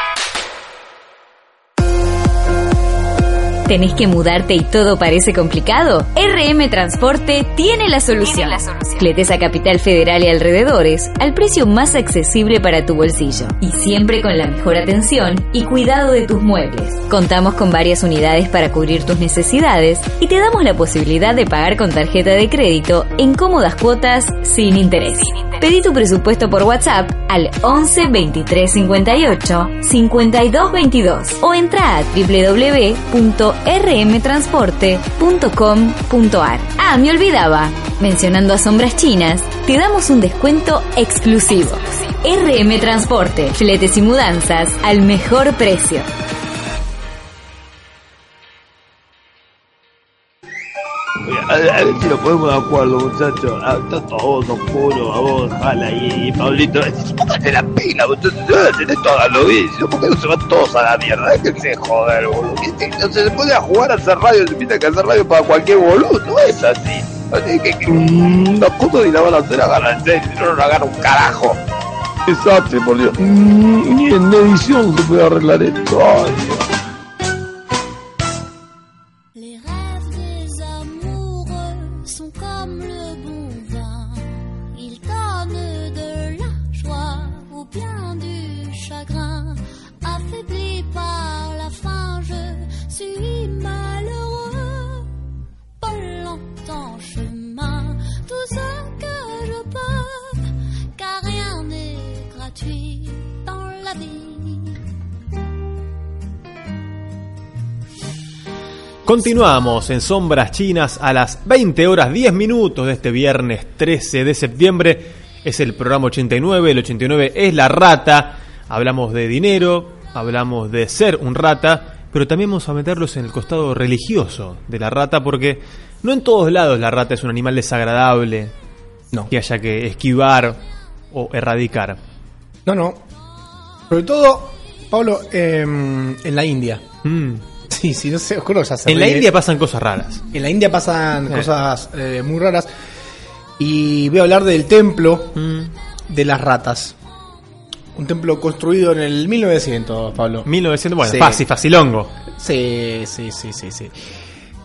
L: ¿Tenés que mudarte y todo parece complicado? RM Transporte tiene la solución. Fletes a Capital Federal y alrededores al precio más accesible para tu bolsillo. Y siempre con la mejor atención y cuidado de tus muebles. Contamos con varias unidades para cubrir tus necesidades y te damos la posibilidad de pagar con tarjeta de crédito en cómodas cuotas sin interés. Pedí tu presupuesto por WhatsApp al 11 23 58 52 22 o entra a www.rmtransporte.com.ar. Ah, me olvidaba. Mencionando a Sombras Chinas, te damos un descuento exclusivo. RM Transporte, fletes y mudanzas al mejor precio.
M: A ver si lo podemos de acuerdo, muchachos. A, tanto a vos, oscuro, a vos, Jala y, y Pablito. Pónganse la pila, muchachos. No tenés todo a lo vicio. ¿Por qué no se van todos a la mierda? Déjense de joder, boludo. ¿Qué te- No se puede a jugar a hacer radio. Se piensa que hacer radio para cualquier boludo. No es así. Así que, que mm, las cosas ni la van a hacer, agárrense. en serio, No lo agarra un carajo. Exacto, por Dios. Mm, Ni en edición se puede arreglar esto. Ay, Dios.
N: Les amoureux sont comme le bon vin. Ils donnent de la joie ou bien du chagrin. Affaibli par la faim, je suis malheureux. Pas longtemps chemin, tout ce que je peux, car rien n'est gratuit dans la vie.
D: Continuamos en Sombras Chinas a las 20 horas 10 minutos de este viernes 13 de septiembre. Es el programa 89, el 89 es la rata. Hablamos de dinero, hablamos de ser un rata, pero también vamos a meterlos en el costado religioso de la rata porque no en todos lados la rata es un animal desagradable que haya que esquivar o erradicar.
E: No, no. Sobre todo, Pablo, em, en la India. [laughs] Sí, sí, no sé, os juro, ya se
D: Mm. En la
E: ríe.
D: India pasan cosas raras.
E: En la India pasan
D: Eh.
E: cosas eh, muy raras. Y voy a hablar del templo
D: Mm.
E: de las ratas. Un templo construido en el 1900, Pablo.
D: 1900, bueno,
E: Sí.
D: fácil, facilongo.
E: Sí, sí, sí, sí, sí.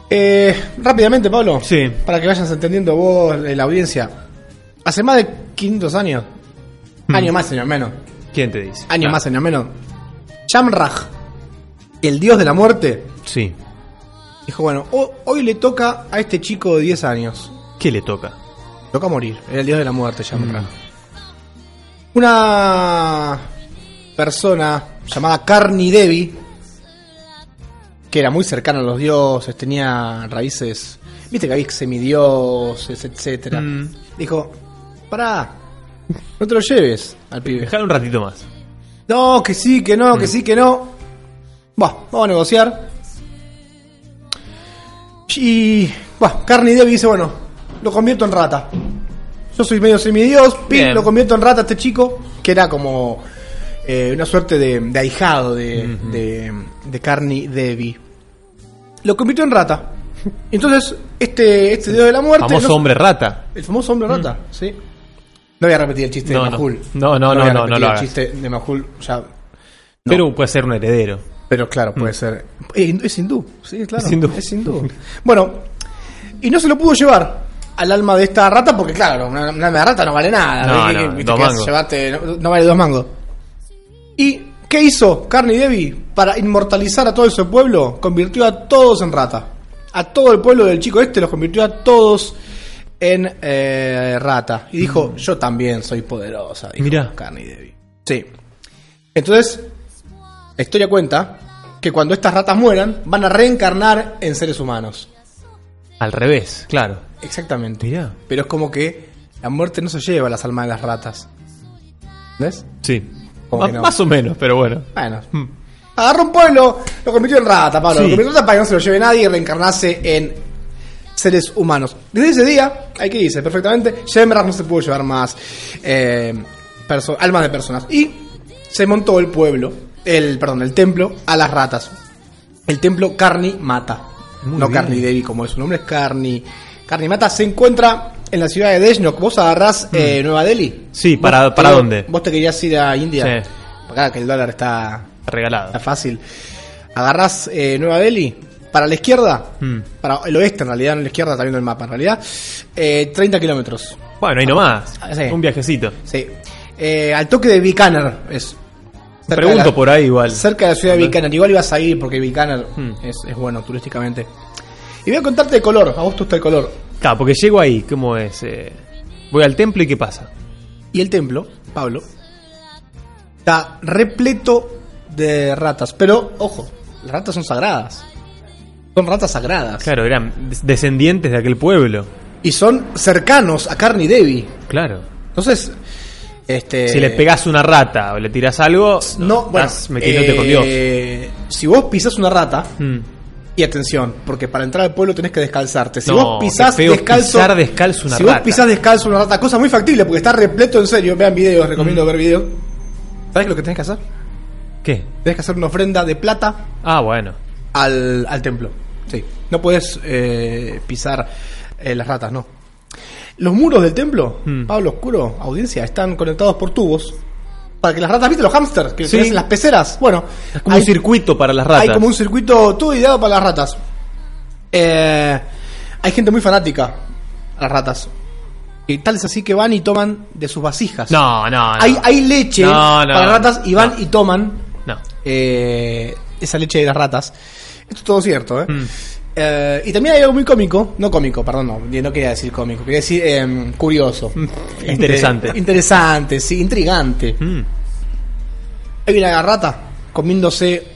E: Eh, rápidamente, Pablo. Sí. Para que vayas entendiendo vos, eh, la audiencia. Hace más de 500 años.
D: Mm.
E: Año más, año menos.
D: ¿Quién te dice? Ah,
E: Año más, año menos. Shamraj, el dios de la muerte.
D: Sí.
E: Dijo, bueno, ho- hoy le toca a este chico de 10 años.
D: ¿Qué le toca?
E: Toca morir. Era el dios de la muerte, Shamraj. Una persona llamada Carni Devi, que era muy cercana a los dioses, tenía raíces, viste que había semidioses, etcétera. Dijo, pará, no te lo lleves al pibe.
D: Dejalo un ratito más.
E: No, que sí, que no,
D: Mm.
E: que sí, que no. Va, vamos a negociar. Y, va, Carney Debbie dice, bueno, lo convierto en rata. Yo soy medio semidios, pim,
D: Bien.
E: lo convierto en rata a este chico, que era como eh, una suerte de, de ahijado de, de, de Carney Debbie. Lo convirtió en rata. Entonces, este, este dios de la muerte...
D: Famoso
E: no-
D: hombre rata.
E: El famoso hombre rata, sí. No voy a repetir el chiste
D: No,
E: de
D: no.
E: Majul.
D: No, no, no,
E: voy a
D: no, no
E: repetir
D: lo
E: El
D: hagas.
E: chiste de Majul, ya
D: Pero puede ser un heredero.
E: Pero claro, puede ser. Eh, hindu- Es hindú, sí, claro.
D: Mm. Es hindú.
E: Bueno, y no se lo pudo llevar al alma de esta rata porque, claro, una, una alma de rata no vale nada.
D: No,
E: ¿Qué-
D: no,
E: qué- viste
D: dos
E: que
D: mangos.
E: llevarte- no, no vale dos mangos. ¿Y qué hizo Carney Debbie para inmortalizar a todo ese pueblo? Convirtió a todos en rata. A todo el pueblo del chico este los convirtió a todos en eh, rata. Y dijo, yo también soy poderosa. Dijo
D: Mm. Mirá.
E: Carney Debbie. Sí. Entonces, la historia cuenta que cuando estas ratas mueran, van a reencarnar en seres humanos.
D: Al revés, claro.
E: Exactamente.
D: Mirá.
E: Pero es como que la muerte no se lleva las almas de las ratas. ¿Ves?
D: Sí.
E: Como
D: Más,
E: que no.
D: más o menos, pero bueno.
E: Bueno.
D: Mm.
E: Agarró un pueblo, lo convirtió en rata, Pablo.
D: Sí.
E: Lo convirtió en rata para que no se lo lleve nadie y reencarnase en seres humanos. Desde ese día, hay que dice perfectamente, Shemraj no se pudo llevar más eh, perso- almas de personas. Y se montó el pueblo, el perdón, el templo a las ratas. El templo Carni Mata.
D: Muy
E: no
D: bien.
E: Carni Devi, como es su nombre, es Carni. Carni Mata se encuentra en la ciudad de Deshnok. Vos agarrás eh, Nueva Delhi.
D: Sí, Mm. ¿para,
E: Vos-
D: para
E: vos-
D: dónde?
E: Vos te querías ir a India.
D: Sí.
E: Acá que el dólar está
D: Regalado.
E: Está fácil. Agarrás eh, Nueva Delhi, Para la izquierda,
D: Mm.
E: para el oeste en realidad, no la izquierda, está viendo el mapa en realidad, eh, 30 kilómetros.
D: Bueno, ahí nomás.
E: Ah, sí.
D: Un viajecito.
E: Sí. Eh, al toque de Bikaner es. Cerca
D: Pregunto
E: de la-
D: por ahí Mm. igual.
E: Cerca de la ciudad de Bikaner. Igual ibas a ir porque Bikaner es, es bueno turísticamente. Y voy a contarte de color. A vos te gusta el color.
D: Claro, porque llego ahí, ¿cómo es? Eh, voy al templo y ¿qué pasa?
E: Y el templo, Pablo, está repleto de ratas. Pero, ojo, las ratas son sagradas. Son ratas sagradas.
D: Claro, eran des- descendientes de aquel pueblo.
E: Y son cercanos a Carney Devi.
D: Claro.
E: Entonces, este.
D: Si le pegás una rata o le tirás algo,
E: No, bueno.
D: estás metiéndote con Dios.
E: eh, Si vos pisás una rata,
D: Mm.
E: Y atención, porque para entrar al pueblo tenés que descalzarte. Si
D: No,
E: vos pisás
D: qué feo
E: descalzo.
D: pisar descalzo una
E: si
D: rata.
E: vos pisás descalzo una rata, cosa muy factible porque está repleto en serio. Vean videos, recomiendo
D: Mm.
E: ver videos. ¿Sabés lo que tenés que hacer?
D: ¿Qué?
E: Tenés que hacer una ofrenda de plata
D: Ah, bueno.
E: al, al templo. Sí. No podés eh, pisar eh, las ratas, no. Los muros del templo,
D: Hmm.
E: Pablo Oscuro, audiencia, están conectados por tubos. Para que las ratas, ¿viste los hamsters? Que
D: Sí.
E: tenés en las peceras. Bueno,
D: Es como un circuito para las
E: hay
D: ratas.
E: como un circuito todo ideado para las ratas. Eh, hay gente muy fanática a las ratas. Y tal es así que van y toman de sus vasijas.
D: No, no, no.
E: Hay, hay leche
D: No, no,
E: para las ratas y van y toman
D: No.
E: eh, esa leche de las ratas. Esto es todo cierto, ¿eh?
D: Mm.
E: Eh, y también hay algo muy cómico, no cómico, perdón, no, no quería decir cómico, quería decir em, curioso.
D: Mm, Interesante. Mm.
E: Inter- interesante, sí, intrigante.
D: Hmm,
E: Hay una rata comiéndose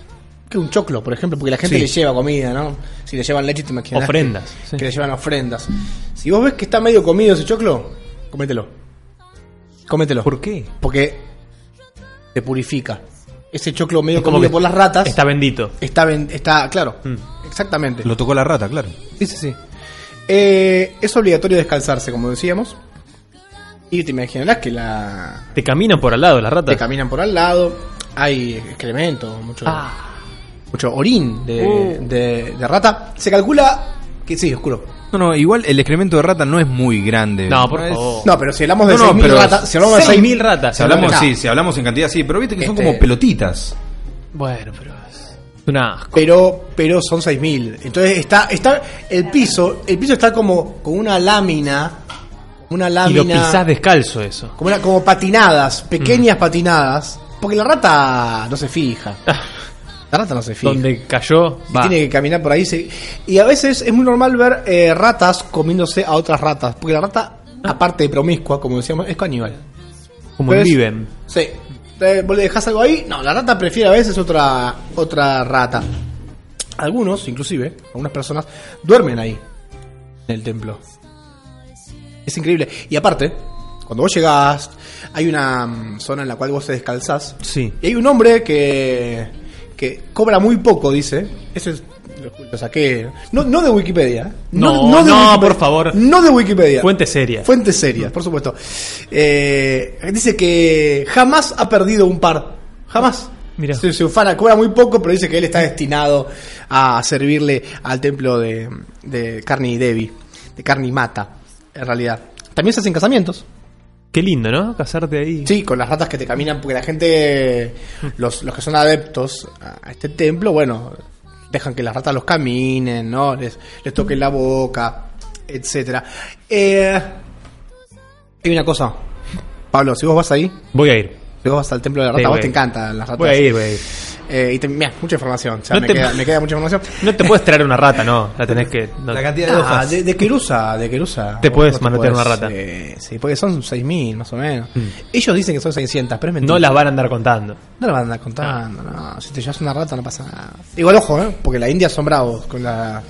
E: que un choclo, por ejemplo, porque la gente
D: Sí.
E: le lleva comida, ¿no? Si le llevan leche, te imaginas.
D: Ofrendas,
E: Que, que le llevan ofrendas. Si vos ves que está medio comido ese choclo, comételo. Comételo. ¿Por
D: qué?
E: Porque te purifica. Ese choclo medio
D: Es como
E: comido
D: que
E: por las ratas
D: Está bendito.
E: está, ben- está claro,
D: Mm.
E: exactamente.
F: Lo tocó la rata, claro.
E: Sí, sí, sí. Eh, es obligatorio descalzarse, como decíamos. Y te imaginarás que la,
D: Te caminan por al lado las ratas.
E: te caminan por al lado, hay excremento, mucho, mucho orín de,
D: Ah. Uh.
E: de- de rata. Se calcula que sí, oscuro.
F: No, no, igual el excremento de rata no es muy grande.
D: No, por
F: es-
D: favor.
E: No, pero si hablamos de
F: No, no,
E: 6.000
F: pero
E: ratas, si hablamos de
D: 6.000
E: 6.000
D: ratas,
F: Si hablamos,
E: Ah,
F: sí, si hablamos en cantidad, sí, pero viste que son
E: Este-
F: como pelotitas.
D: Bueno, pero es
E: Ah,
D: una asco.
E: Pero, pero son 6.000. Entonces está, está el piso, el piso está como con una lámina, una
D: Y lo
E: lámina.
D: pisás descalzo eso.
E: como, una- como patinadas, pequeñas patinadas. Porque la rata no se fija.
D: [laughs]
E: La rata no se fija.
D: Donde cayó,
E: Ah, Si
D: va.
E: tiene que caminar por ahí. se- Y a veces es muy normal ver eh, ratas comiéndose a otras ratas. Porque la rata, aparte de promiscua, como decíamos, es caníbal.
D: Como en
E: Entonces,
D: viven.
E: Sí. Eh, ¿Vos le dejás algo ahí? No, la rata prefiere a veces otra, otra rata. Algunos, inclusive, algunas personas, duermen ahí, en el templo. Es increíble. Y aparte, cuando vos llegás, hay una mm, zona en la cual vos te descalzás.
D: Sí.
E: Y hay un hombre que, que cobra muy poco, dice. Eso es, lo, lo saqué. No, no de Wikipedia. ¿eh?
D: No, no, por favor.
E: No de Wikipedia.
D: Fuente seria.
E: Fuentes serias, por supuesto. Eh, dice que jamás ha perdido un par. Jamás.
D: Mirá.
E: Se, se ufana, cobra muy poco, pero dice que él está destinado a servirle al templo de, de Carni Devi, de Carni Mata, en realidad. También se hacen casamientos.
D: Qué lindo, ¿no? Casarte ahí.
E: Sí, con las ratas que te caminan, porque la gente, los, los que son adeptos a este templo, bueno, dejan que las ratas los caminen, ¿no? Les, les toquen la boca, etcétera. Eh, hay una cosa, Pablo, si vos vas ahí,
D: Voy a ir.
E: si vos vas al templo de la
D: Sí,
E: rata, a vos
D: voy.
E: te encantan las ratas.
D: Voy a ir, voy a ir.
E: Eh, y te, mirá, mucha información, o sea,
D: No
E: me,
D: te- [laughs]
E: queda, me queda mucha información.
D: No te puedes traer una rata, no. La tenés que. no.
E: Ah, de, de Querusa, de Querusa.
D: Te puedes manotear
E: manotear
D: una rata.
E: eh,
D: Mm.
E: sí, porque son 6.000 más o menos. Ellos dicen que son 600, pero es mentira.
D: No las van a andar contando.
E: No la van a andar contando, no. Si te llevas una rata no pasa nada. Igual ojo, ¿eh? Porque la India son bravos con, la-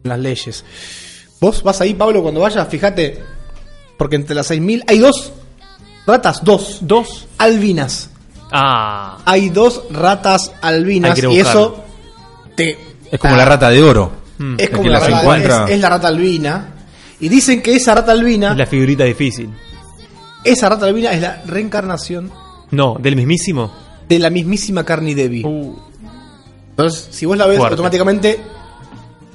E: con las leyes. Vos vas ahí, Pablo, cuando vayas, fíjate. Porque entre las 6.000 hay dos ratas, dos.
D: Dos.
E: Albinas.
D: Ah.
E: Hay dos ratas
D: Hay
E: albinas.
D: que ir a
E: Y
D: buscarlo.
E: eso te...
F: Es como la rata de oro.
E: Es
D: Mm,
F: El
E: como
F: que
E: la
F: las
E: rata-
F: encuentra.
E: es- es la rata albina. Y dicen que esa rata albina,
D: Es la figurita difícil.
E: esa rata albina es la reencarnación
D: No, del mismísimo.
E: de la mismísima Carni Devi.
D: Uh,
E: Entonces, si vos la ves,
D: Fuerte.
E: automáticamente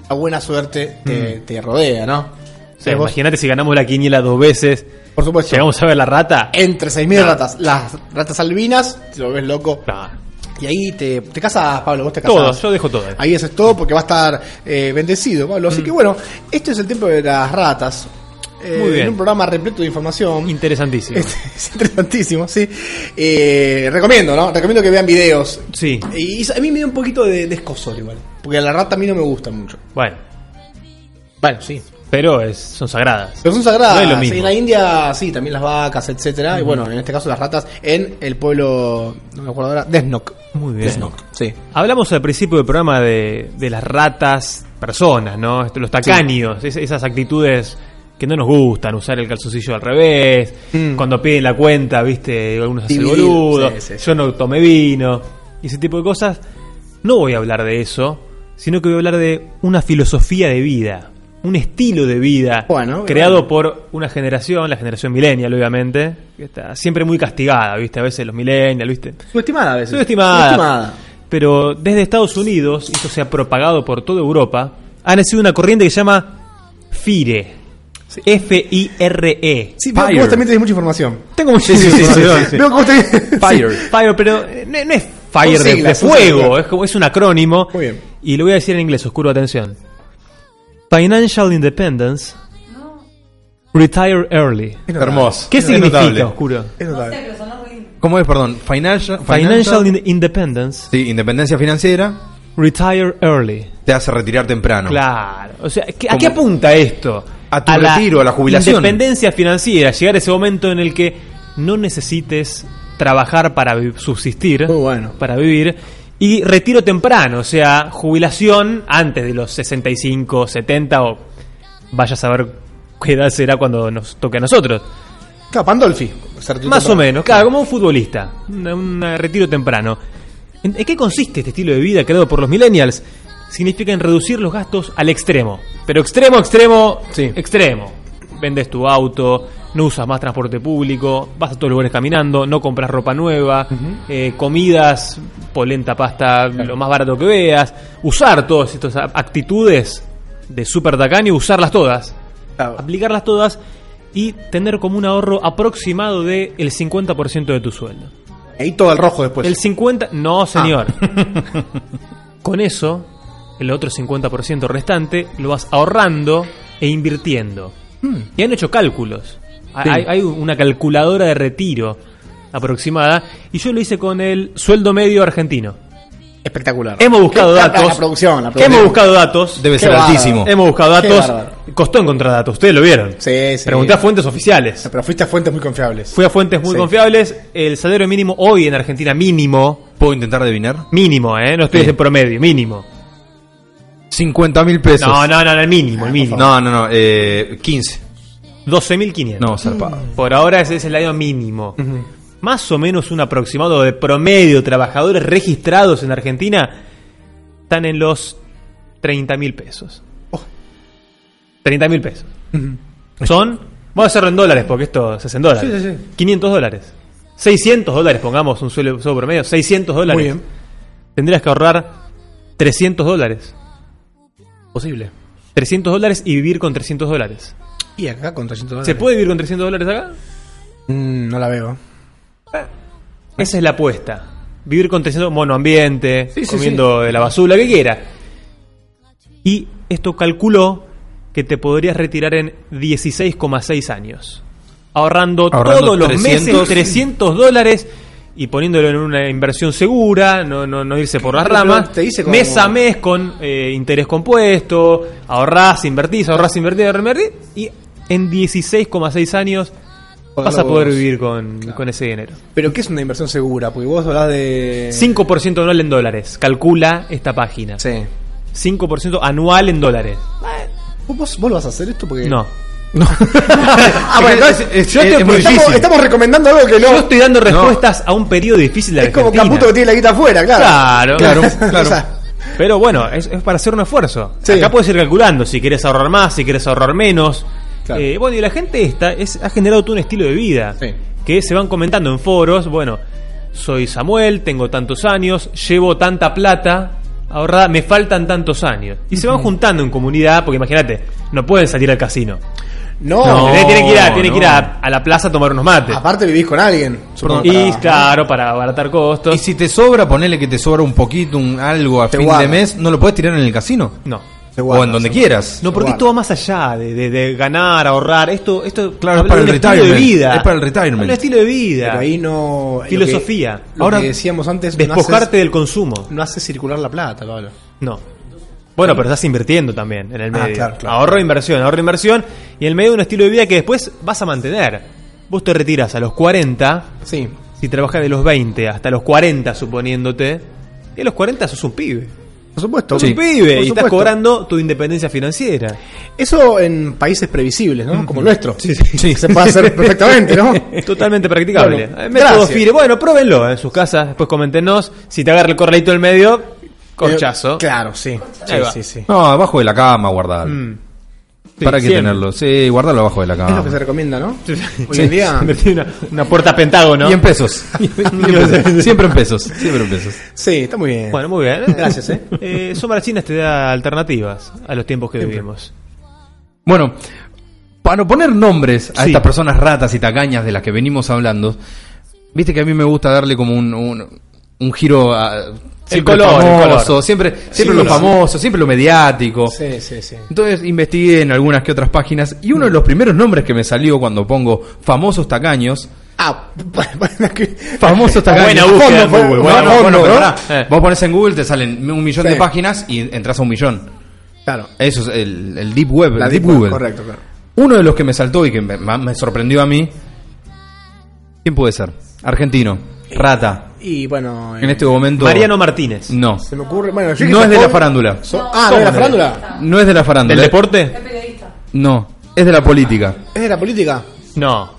E: la buena suerte
D: Mm.
E: te, te rodea, ¿no?
D: o
E: Eh,
D: sea,
E: vos-
D: Imagínate si ganamos la quiniela dos veces.
E: por supuesto. Eh,
D: Llegamos a ver la rata.
E: Entre 6.000 ratas, las ratas albinas, te lo ves loco.
D: Nah.
E: Y ahí te, te casas, Pablo, vos te casás.
D: Todo, yo dejo todo.
E: Ahí eso es todo porque va a estar eh, bendecido, Pablo.
D: Mm.
E: Así que bueno, este es el tiempo de las ratas. Eh,
D: Muy bien.
E: En un programa repleto de información.
D: Interesantísimo.
E: Este, [laughs] es interesantísimo, sí. Eh, recomiendo, ¿no? Recomiendo que vean videos.
D: Sí.
E: Y eso- a mí me dio un poquito de, de escosor igual. Porque a la rata a mí no me gusta mucho.
D: Bueno.
E: Bueno, sí.
D: Pero es- son sagradas.
E: Pero son sagradas.
D: No es lo mismo.
E: En la India, sí, también las vacas, etcétera. Y
D: Ujú.
E: bueno, en este caso las ratas en el pueblo, no me acuerdo ahora, Desnok.
D: Muy bien.
E: Desnok, sí.
D: Hablamos al principio del programa de, de las ratas, personas, ¿no? Esto, Los tacaños, es- esas actitudes que no nos gustan, usar el calzoncillo al revés, cuando piden la cuenta, viste, algunos hacen el
E: Dividir,
D: boludo,
E: Mm. sí, sí, sí.
D: yo no tomé vino, y ese tipo de cosas. No voy a hablar de eso, sino que voy a hablar de una filosofía de vida, un estilo de vida creado por una generación, la generación millennial, obviamente, que está siempre muy castigada, viste, a veces los millennials, viste.
E: Subestimada a veces.
D: Subestimada. Pero desde Estados Unidos, y esto se ha propagado por toda Europa, ha nacido una corriente que se llama FIRE. F-I-R-E.
E: Sí, veo que vos también tenés mucha información.
D: Tengo mucha información, sí.
E: Veo que vos tenés...
D: [laughs] Fire. Fire, pero eh, no, no es Fire
E: Son
D: de- de,
E: siglas, son
D: fuego,
E: siglas.
D: es, como, es un acrónimo.
E: Muy bien.
D: Y lo voy a decir en inglés, oscuro, atención. Financial Independence, Retire Early.
F: Es notable. Hermoso.
D: ¿Qué
F: Es
D: significa,
F: notable.
D: oscuro?
F: ¿Cómo es, perdón? Financial,
D: Financial in- Independence.
F: Sí, independencia financiera.
D: Retire early.
F: Te hace retirar temprano.
D: Claro. O sea, ¿qué- ¿a
F: Como-
D: qué apunta esto?
F: A tu retiro, a la jubilación.
D: Independencia financiera, llegar a ese momento en el que no necesites trabajar para vi- subsistir, para vivir, y retiro temprano, o sea, jubilación antes de los 65, 70 o vaya a saber qué edad será cuando nos toque a nosotros.
E: Claro, Pandolfi.
D: Más o menos, claro, como un futbolista. Un, un, eh, retiro temprano. ¿En, en qué consiste este estilo de vida creado por los millennials? Significa en reducir los gastos al extremo. Pero extremo, extremo, extremo. Vendes tu auto, no usas más transporte público, vas a todos los lugares caminando, no compras ropa nueva, eh, comidas, polenta, pasta, lo más barato que veas. Usar todas estas a- actitudes de super tacaño, usarlas todas. Aplicarlas todas y tener como un ahorro aproximado del 50% de tu sueldo.
E: Ahí todo el rojo después. Ah.
D: El 50%, no
E: [laughs]
D: señor. Con eso, el otro 50% restante lo vas ahorrando e invirtiendo.
E: Hmm.
D: Y han hecho cálculos.
F: Sí.
D: Hay, hay una calculadora de retiro aproximada y yo lo hice con el sueldo medio argentino.
E: Espectacular.
D: Hemos buscado
E: Qué- la-
D: datos.
E: la producción, la producción.
D: Hemos buscado datos.
E: Debe Qué ser bárbaro. altísimo.
D: Hemos buscado
E: Qué
D: datos.
E: bárbaro.
D: Costó encontrar datos. Ustedes lo vieron.
E: Sí, sí.
D: Pregunté a fuentes oficiales.
E: Pero fuiste a fuentes muy confiables.
D: Fui a fuentes muy
E: Sí.
D: confiables. El salario mínimo hoy en Argentina, mínimo.
F: ¿Puedo intentar adivinar?
D: Mínimo, ¿eh? No estoy en promedio, mínimo.
F: 50 mil pesos.
D: No, no, no, no, el mínimo, el mínimo.
F: No, no, no. Eh, 15.
D: 12.500.
F: No, zarpado.
D: Por ahora ese es el año mínimo. Más o menos un aproximado de promedio trabajadores registrados en Argentina están en los 30 mil pesos.
E: Oh.
D: 30 mil pesos. Son, vamos a hacerlo en dólares porque esto se hace en dólares.
E: Sí, sí, sí.
D: 500 dólares. 600 dólares, pongamos un sueldo sueldo promedio. 600 dólares.
E: Muy bien.
D: Tendrías que ahorrar 300 dólares. Posible. 300 dólares y vivir con 300 dólares.
E: Y acá con 300 dólares.
D: ¿Se puede vivir con 300 dólares acá?
E: Mm, no la veo.
D: Esa es la apuesta. Vivir con 300 monoambiente,
E: Sí, sí,
D: comiendo de la basura, que quiera. Y esto calculó que te podrías retirar en 16,6 años. Ahorrando,
F: Ahorrando
D: todos los
F: 300.
D: meses 300 dólares y poniéndolo en una inversión segura, no, no, no irse por las
E: Pero
D: ramas.
E: te dice como-
D: Mes a mes con eh, interés compuesto, ahorrás, invertís, ahorrás, invertís, ahorrás, invertís. Y en 16,6 años vas a poder
E: vos.
D: vivir con, con ese dinero.
E: Pero ¿qué es una inversión segura? Porque vos hablás de...
D: 5% anual en dólares, calcula esta página.
E: Sí.
D: 5% anual en dólares.
E: ¿Vos, vos lo vas a hacer esto? Porque...
D: No.
E: [laughs] Ah, bueno, entonces,
D: Es- es-
E: yo te-
D: es muy
E: estamos,
D: difícil.
E: estamos recomendando algo que no...
D: Yo estoy dando respuestas a un periodo difícil de
E: Es como
D: Argentina.
E: Caputo que tiene la guita afuera, claro.
D: Claro, [laughs]
E: [laughs] O sea,
D: Pero bueno, es, es para hacer un esfuerzo.
E: Sí.
D: Acá puedes ir calculando si quieres ahorrar más, si quieres ahorrar menos.
E: Claro.
D: Eh, bueno, y la gente esta es, ha generado todo un estilo de vida.
E: Sí.
D: Que se van comentando en foros. Bueno, soy Samuel, tengo tantos años, llevo tanta plata ahorrada, me faltan tantos años. Y se van juntando en comunidad, porque imagínate, no pueden salir al casino.
E: No.
D: Tiene- tiene que ir, a, tiene
E: Oh. no.
D: que ir a, a la plaza a tomar unos mates.
E: Aparte vivís con alguien. supongo.
D: Y claro, para abaratar costos.
F: Y si te sobra, ponele que te sobra un poquito, un algo a fin de
D: guardas.
F: mes, ¿no lo puedes tirar en el casino?
D: No.
F: o en donde quieras.
D: No, porque esto va más allá de, de- de ganar, ahorrar. Esto, esto
F: Claro, es
D: habla
F: para
D: de
F: el
D: un estilo
F: retirement.
D: de vida.
F: Es para el retirement.
D: Habla de estilo de vida.
E: Pero ahí no.
D: Filosofía.
E: Lo que, Ahora,
D: Ahora,
E: decíamos antes. no
D: despojarte
E: haces-
D: del consumo.
E: No hace circular la plata, Pablo.
D: No. Bueno, pero estás invirtiendo también en el
E: Ah,
D: medio.
E: claro, claro.
D: Ahorro, inversión, ahorro, inversión. Y en el medio de un estilo de vida que después vas a mantener. Vos te retiras a los 40.
E: Sí.
D: Si trabajas de los 20 hasta los 40, suponiéndote. Y a los 40 sos un pibe.
E: Por supuesto.
D: Sos un pibe. Y estás cobrando tu independencia financiera.
E: Eso en países previsibles, ¿no? Como el nuestro. Sí, Se
D: [laughs]
E: puede hacer perfectamente, ¿no?
D: Totalmente practicable.
E: Bueno,
D: Eh, método
E: gracias.
D: Fire. Bueno, pruébenlo en sus casas. Después comentenos. Si te agarra el corralito del medio, corchazo.
E: Eh, claro, sí.
D: Ahí va.
F: No, abajo de la cama guardarlo.
D: Mm. Sí,
F: ¿Para qué
D: siempre.
F: tenerlo? Sí, guardarlo abajo de la
E: Es lo
F: cama.
E: que se recomienta, ¿no? Hoy
F: Sí.
D: [laughs]
E: en día. Eh,
D: Invertí una, una puerta pentágono.
F: Y en pesos. siempre, siempre en pesos. Siempre en pesos.
E: Sí, está muy bien.
D: Bueno, muy bien.
E: Gracias, ¿eh?
D: [laughs] Eh, Sombras Chinas te da alternativas a los tiempos que vivimos.
F: Bueno, para poner nombres a
D: Sí.
F: estas personas ratas y tacañas de las que venimos hablando, viste que a mí me gusta darle como un, un, un giro a. siempre
D: color, el
F: famoso,
D: color.
F: siempre, siempre
D: Sí,
F: lo
D: sí.
F: famoso, siempre lo mediático.
E: Sí, sí, sí.
F: Entonces investigué en algunas que otras páginas y uno de los primeros nombres que me salió cuando pongo famosos tacaños.
E: Ah, [laughs]
F: famosos tacaños.
D: Buena búsqueda
F: Fondo,
D: en Google,
F: bueno,
D: buena
F: bueno,
D: búsqueda,
F: pero
D: ¿no?
F: pará.
D: Eh.
F: Vos pones en Google, te salen un millón
E: Sí.
F: de páginas y entras a un millón.
E: Claro.
F: Eso es el, el Deep Web.
E: La
F: el
E: Deep
F: Deep
E: Web,
F: Google.
E: correcto, claro.
F: Uno de los que me saltó y que me, más me sorprendió a mí. ¿Quién puede ser? Argentino. Rata.
E: Y bueno. eh,
F: En este momento.
D: Mariano Martínez.
F: No.
E: Se me ocurre. Bueno, yo que
F: No es de
E: son-
F: la farándula.
E: son- ah, ¿no es de la farándula?
F: No es de la farándula.
D: ¿Del deporte?
F: No. Es de la política.
E: ¿Es de la política? [laughs]
D: No.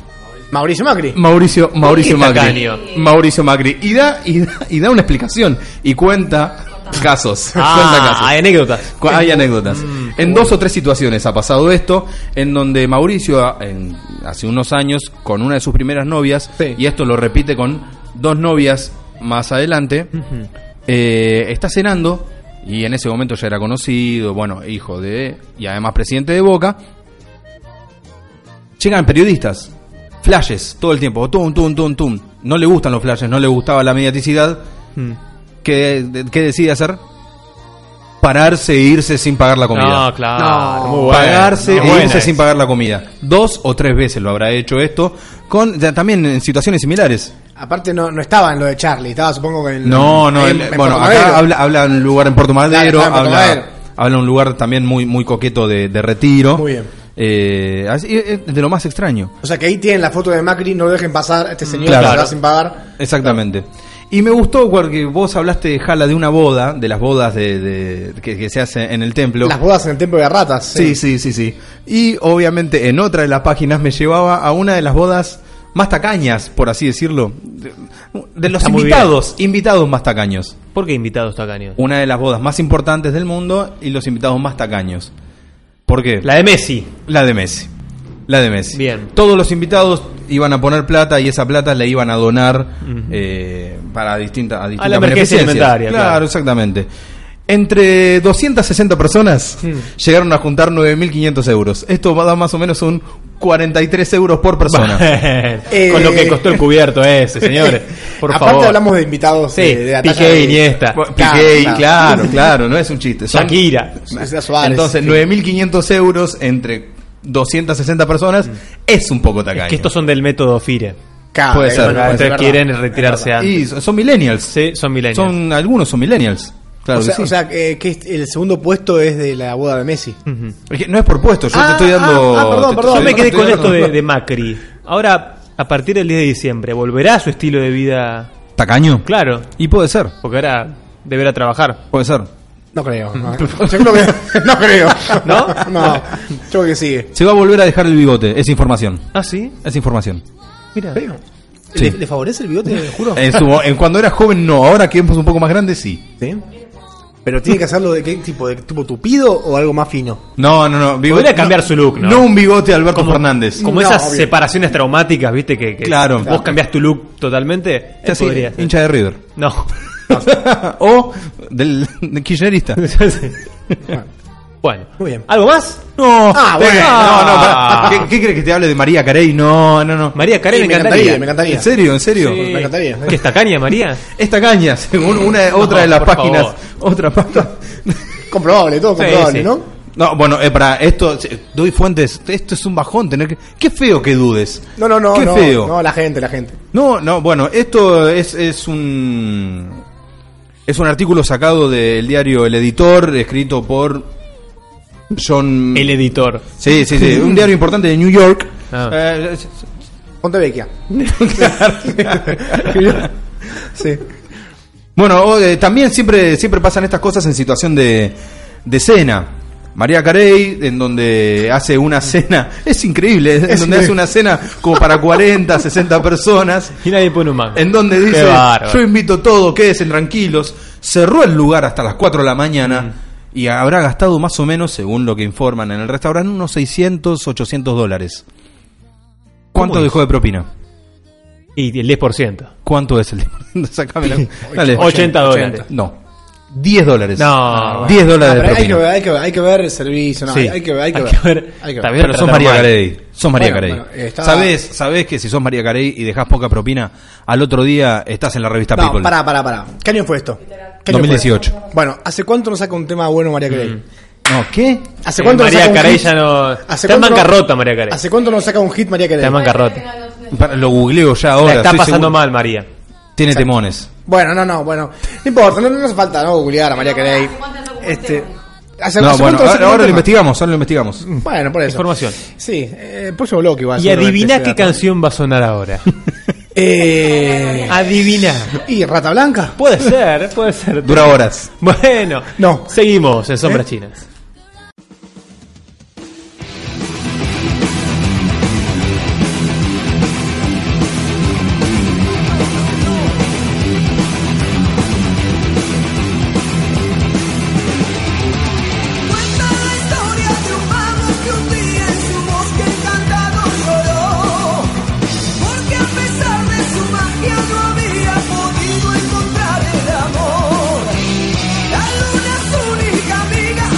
E: Mauricio Macri.
F: Mauricio, Mauricio
D: ¿Por qué
F: Macri.
D: tacaño?
F: Mauricio Macri. Y da, y da, y da una explicación. Y cuenta casos. [laughs] cuenta
D: Ah,
F: casos.
D: hay anécdotas.
F: Cu- Hay anécdotas. En dos o tres situaciones ha pasado esto, en donde Mauricio, a- en- hace unos años, con una de sus primeras novias, y esto lo repite con dos novias más adelante, eh, está cenando, y en ese momento ya era conocido, bueno, hijo de, y además presidente de Boca. Llegan periodistas, flashes, todo el tiempo, tum, tum, tum, tum. No le gustan los flashes, no le gustaba la mediaticidad.
D: Mm.
F: ¿Qué, de- qué decide hacer? Pararse e irse sin pagar la comida.
D: No, claro. Muy bueno.
F: Pagarse
D: Muy
F: e
D: buena
F: irse
D: esa.
F: sin pagar la comida. Dos o tres veces lo habrá hecho esto, con ya también en situaciones similares.
E: Aparte, no, no estaba en lo de Charlie, estaba supongo que en.
F: No, no,
E: en-
F: el-
E: en
F: bueno,
E: Puerto Madero.
F: acá habla, habla un lugar en Puerto Madero,
E: Claro, claro, en Puerto
F: habla,
E: Madero.
F: habla un lugar también muy, muy coqueto de, de retiro.
E: Muy bien.
F: Eh, así- es de lo más extraño.
E: O sea que ahí tienen la foto de Macri, no lo dejen pasar a este señor
F: claro.
E: que se va sin pagar.
F: Exactamente. Y me gustó porque vos hablaste, Jala, de una boda, de las bodas de, de- que, que se hace en el templo.
E: Las bodas en el templo de las ratas. eh.
F: Sí, sí, sí, sí. Y obviamente en otra de las páginas me llevaba a una de las bodas más tacañas, por así decirlo. De, de los
D: Está muy
F: invitados, invitados más tacaños.
D: ¿Por qué invitados tacaños?
F: Una de las bodas más importantes del mundo y los invitados más tacaños. ¿Por qué?
D: La de Messi.
F: La de Messi. La de Messi.
D: Bien.
F: Todos los invitados iban a poner plata y esa plata la iban a donar eh, para distinta, a distintas
D: emergencia
F: beneficencias.
D: alimentaria,
F: Claro,
D: claro.
F: exactamente. Entre 260 personas
D: Mm.
F: llegaron a juntar 9.500 euros. Esto va a dar más o menos un 43 euros por persona.
E: Eh.
D: [laughs] Con lo que costó el cubierto ese,
E: [laughs]
D: señores. Por
E: Aparte
D: favor.
E: hablamos de invitados
D: Sí,
E: eh, de, la talla
D: Piqué,
E: de-
D: Iniesta.
F: Piqué,
E: Claro,
F: claro, claro, no es un chiste. Son-
D: Shakira.
E: César Suárez.
F: Entonces, 9.500 euros entre 260 personas es un poco tacaño.
D: Mm. Que estos son del método FIRE.
E: Claro,
F: puede
E: eh,
F: ser,
E: bueno,
F: puede
E: es
D: Entonces
E: verdad.
D: quieren retirarse antes.
F: Y son millennials.
D: Sí, son milenios.
F: Son algunos son millennials. Claro
E: o sea,
F: que sí.
E: o sea, eh, que este- el segundo puesto es de la boda de Messi.
F: Es que no es por puesto, yo
E: Ah,
F: te estoy dando.
E: ah, ah, perdón,
F: te-
E: perdón.
D: Yo me
F: te
D: quedé
F: estoy
D: con
F: dando-
D: esto de, de Macri. Ahora, a partir del 10 de diciembre, ¿volverá a su estilo de vida?
F: Tacaño.
D: Claro,
F: Y puede ser,
D: porque ahora deberá trabajar.
F: puede ser.
E: No creo. [laughs] No, yo creo que, no creo.
D: ¿No?
E: No. Yo creo que sigue.
F: Se va a volver a dejar el bigote, es información.
D: Ah, sí.
F: Es información.
D: Mira.
E: ¿Le,
F: Sí.
E: le favorece el bigote, te juro?
F: En, su- en cuando era joven, no. Ahora que es un poco más grande, sí.
E: Sí. Pero tiene que hacerlo de qué tipo, de tipo tupido o algo más fino.
F: No, no, no. bigote-
D: Podría cambiar
F: no,
D: su look, ¿no?
F: No un bigote Alberto Fernández.
D: Como
E: No,
D: esas
E: obvio.
D: separaciones traumáticas, ¿viste? Que, que
F: Claro.
D: vos
F: Claro.
D: cambiás tu look totalmente.
F: Te
D: Él
F: hace
D: podría ser.
F: hincha
D: [laughs]
F: de River.
D: No.
F: o del, del kirchnerista.
D: Bueno. Muy bien. ¿Algo más? [laughs] No.
F: Ah, bueno. No, no, pará. ¿Qué, qué crees que te hable de María Carey? No, no, no.
D: María Carey Sí, me me encantaría, encantaría. me encantaría.
F: ¿En serio? ¿En serio?
D: Sí. Me encantaría, sí. ¿Qué es tacaña, María?
F: Es tacaña, [laughs] según una,
D: No,
F: otra de las
D: por
F: páginas.
D: favor.
F: Otra página.
E: Comprobable, todo
F: Sí,
E: comprobable,
F: sí.
E: ¿no?
F: No, bueno, eh, para esto, eh, doy fuentes. Esto es un bajón tener que. Qué feo que dudes.
E: No, no, no.
F: Qué
E: no,
F: feo.
E: No, la gente, la gente.
F: No, no, bueno, esto es, es un. Es un artículo sacado del diario El Editor, escrito por. John. El
D: Editor.
F: Sí, sí, sí. Un diario importante de New York. Eh,
E: Pontevequia.
F: [laughs]
E: sí.
F: Bueno, o, eh, también siempre, siempre pasan estas cosas en situación de, de cena. María Carey, en donde hace una cena, es increíble, en donde hace
D: increíble.
F: una cena como para 40, 60 personas.
D: Y nadie pone un mango.
F: En donde dice,
D: bárbaro.
F: yo invito todo, quédense tranquilos. Cerró el lugar hasta las 4 de la mañana
D: Mm.
F: y habrá gastado más o menos, según lo que informan en el restaurante, unos 600, 800 dólares. ¿Cuánto
D: ¿Cómo
F: dejó de propina?
D: Y el 10%.
F: ¿Cuánto es [laughs] el 10%? Sácamelo. Dale.
D: 80 dólares.
F: No. 10 dólares.
D: No.
F: 10 dólares de
E: Ah, pero hay, que
F: propina.
E: ver, hay, que ver, hay que ver el servicio, no,
F: Sí.
E: hay, hay que ver, hay que
F: Hay
E: ver.
F: que ver.
E: hay que ver.
F: Está bien, pero sos María Carey. Sos María
E: Bueno,
F: Carey.
E: bueno, está-
F: ¿Sabés, sabés que si sos María Carey y dejás poca propina, al otro día estás en la revista
E: No,
F: People.
E: pará, pará, pará. ¿Qué año fue esto? ¿Qué año fue?
F: 2018.
E: Bueno, ¿hace cuánto no saca un tema bueno María Carey?
F: No, ¿qué?
E: ¿Hace
D: Eh,
E: cuánto no
D: María
E: saca un
D: Carey
E: hit?
D: ya no-
E: ¿Hace
D: está en
E: cuánto no-
D: bancarrota, María Carey.
E: ¿Hace cuánto no saca un hit María Carey?
D: Está en bancarrota.
F: Pará, Lo googleo ya ahora.
D: La está
F: estoy
D: pasando
F: seguro.
D: mal, María.
F: Tiene temones.
E: Bueno, no, no, bueno. No importa, no, no hace falta no googlear a María Carey. Este, ¿hace,
F: No,
E: hace
F: bueno,
E: cuánto no
F: ahora,
E: saca un
F: ahora lo
E: tema?
F: investigamos, ahora lo investigamos.
E: Bueno, por eso.
D: Información.
E: Sí, eh, el próximo bloque igual.
D: Y adivina qué canción va a sonar [laughs] ahora.
E: [laughs] Eh...
D: Adivina.
E: ¿Y Rata Blanca?
D: Puede ser, puede ser.
F: Dura horas.
D: Bueno,
E: no.
D: seguimos en Sombras Chinas.
A: Porque a pesar de su magia no había podido encontrar el amor. La luna es única amiga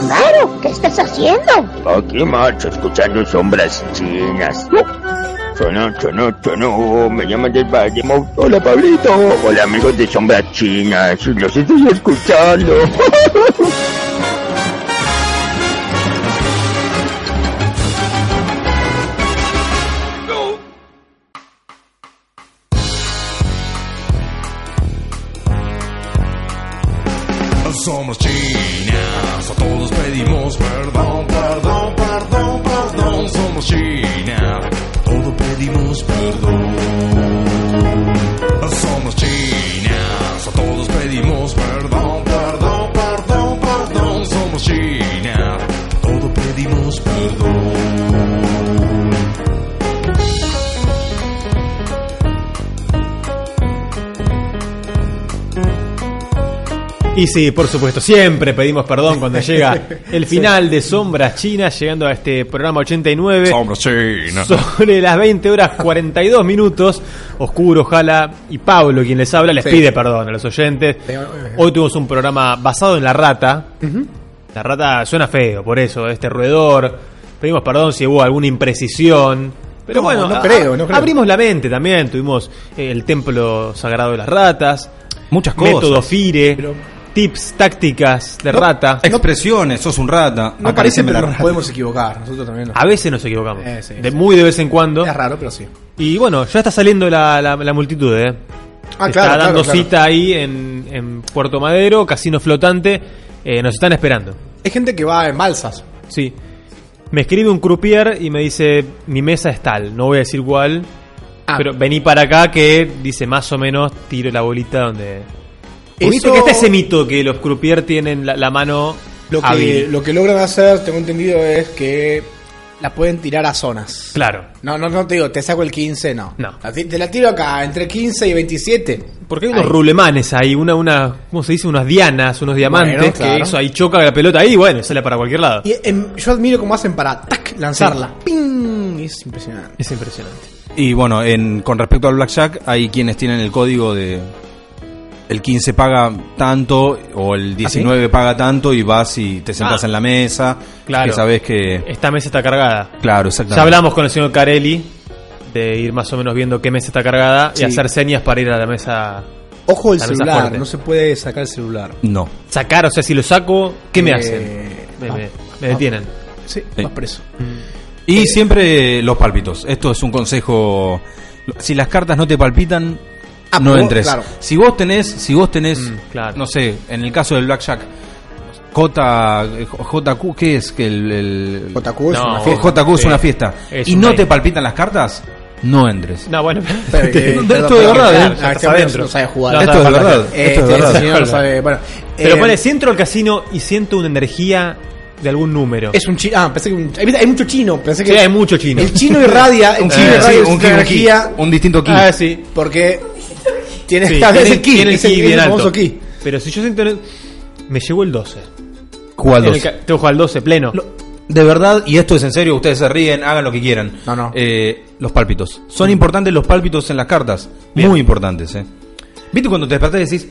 O: Claro, ¿qué estás haciendo?
M: Aquí, macho, escuchando sombras chinas. Sonó, sonó, sonó, me llaman del Valle Mau- Hola, Pablito. Hola, amigos de sombras chinas. Los estoy escuchando.
A: Somos chinas, a todos pedimos perdón, perdón, perdón, perdón. Somos chinas, a todos pedimos perdón. Somos chinas, a todos pedimos perdón, perdón, perdón, perdón. Somos chinas, a todos pedimos perdón.
D: Y sí, por supuesto, siempre pedimos perdón cuando
E: [laughs]
D: llega el final de Sombras Chinas, llegando a este programa 89.
A: Sombras Chinas.
D: Sobre las 20 horas 42 minutos, Oscuro, Jala y Pablo, quien les habla, les
E: Sí.
D: pide perdón a los oyentes. Hoy tuvimos un programa basado en la rata. La rata suena feo, por eso, este roedor. Pedimos perdón si hubo alguna imprecisión. Pero
E: No,
D: bueno,
E: no
D: a-
E: creo, no creo.
D: abrimos la mente también. Tuvimos eh, el templo sagrado de las ratas.
F: Muchas cosas.
D: Método FIRE. Tips, tácticas de rata.
F: Expresiones, sos un rata.
D: No
E: Parece,
D: Acariciame la
E: pero nos
D: rata.
E: podemos equivocar. Nosotros también nos-
D: A veces nos equivocamos.
E: Eh, sí,
D: de
E: sí.
D: Muy de vez en cuando.
E: Es raro, pero sí.
D: Y bueno, ya está saliendo la, la- la multitud, ¿eh?
E: Ah,
D: está
E: claro,
D: dando
E: claro, claro.
D: cita ahí en, en Puerto Madero, Casino Flotante. Eh, nos están esperando.
E: Hay gente que va en balsas.
D: Sí. Me escribe un croupier y me dice, mi mesa es tal, no voy a decir cuál,
E: Ah.
D: pero vení para acá que dice más o menos tiro la bolita donde...
E: Eso-
D: Viste que este ese mito que los croupier tienen la, la mano
E: Lo que,
D: hábil.
E: lo que logran hacer, tengo entendido, es que la pueden tirar a zonas.
D: Claro.
E: No, no, no te digo, te saco el 15, no.
D: No.
E: La ti- te la tiro acá, entre 15 y 27.
D: Porque hay unos rulemanes ahí, una, una, ¿cómo se dice? Unas dianas, unos diamantes,
E: Bueno,
D: que
E: claro.
D: eso ahí choca la pelota ahí, bueno, sale para cualquier lado.
E: Y em, yo admiro cómo hacen para tac, lanzarla. ¡Ping! Es impresionante.
D: Es impresionante.
F: Y bueno, en, con respecto al blackjack, hay quienes tienen el código de el 15 paga tanto o el 19 paga tanto y vas y te sentás
D: Ah.
F: en la mesa,
D: Claro.
F: que sabes que
D: Esta mesa está cargada.
F: claro,
D: Ya
F: exactamente.
D: hablamos con el señor Carelli de ir más o menos viendo qué mesa está cargada
E: Sí.
D: y hacer señas para ir a la mesa.
E: Ojo el
D: la mesa
E: celular,
D: fuerte.
E: no se puede sacar el celular.
F: No.
D: Sacar, o sea, si lo saco, ¿qué me
E: Eh,
D: hacen? Me,
E: ah,
D: me- me
E: ah,
D: detienen.
E: Sí,
F: Sí.
E: vas preso.
F: eh. Y siempre los pálpitos. Esto es un consejo. Si las cartas no te palpitan,
E: Ah,
F: no
E: pero vos-
F: entres.
E: claro.
F: Si vos tenés, si vos tenés,
D: Mm, claro.
F: no sé, en el caso del blackjack, J, JQ, ¿qué es que el, el-
E: JQ es
F: No,
E: una fiesta.
F: JQ es
E: Sí.
F: una fiesta.
E: Es
F: y
E: un
F: no
E: rey.
F: te palpitan las cartas, no entres.
D: No, bueno. [laughs]
E: Pero, eh,
F: Esto
E: perdón,
F: es
E: pero
F: verdad,
E: que, ah,
F: ¿eh? Ya
E: este
F: está
E: hombre
F: adentro.
E: no sabe jugar.
F: No, Esto es verdad,
E: Eh,
F: esto es
E: este
F: verdad.
E: señor no sabe. Bueno,
D: Pero
E: eh,
D: ponele, si entro al casino y siento una energía de algún número.
E: Es un chino. Ah, pensé que un- hay, hay mucho chino. Pensé que
D: Sí, hay mucho chino.
E: El chino irradia. El
D: Un
E: chino
D: ki,
E: irradia
D: sí,
E: es
D: un ki,
E: una
D: un
E: energía.
F: ki, un distinto ki.
D: Ah, sí.
E: Porque [laughs] tiene,
D: Sí,
E: también
D: tiene-
E: el ki.
D: tiene el
E: es el,
D: ki
E: es el
D: bien
E: famoso
D: alto.
E: ki.
D: Pero si yo siento. Me llegó el 12.
F: ¿Cuál
D: En el
F: 12?
D: ca- Tengo que jugar al 12 pleno.
F: De verdad, y esto es en serio, ustedes se ríen, hagan lo que quieran. Eh, los pálpitos. Son importantes los pálpitos en las cartas. Muy importantes, eh. ¿Viste cuando te despertás y decís,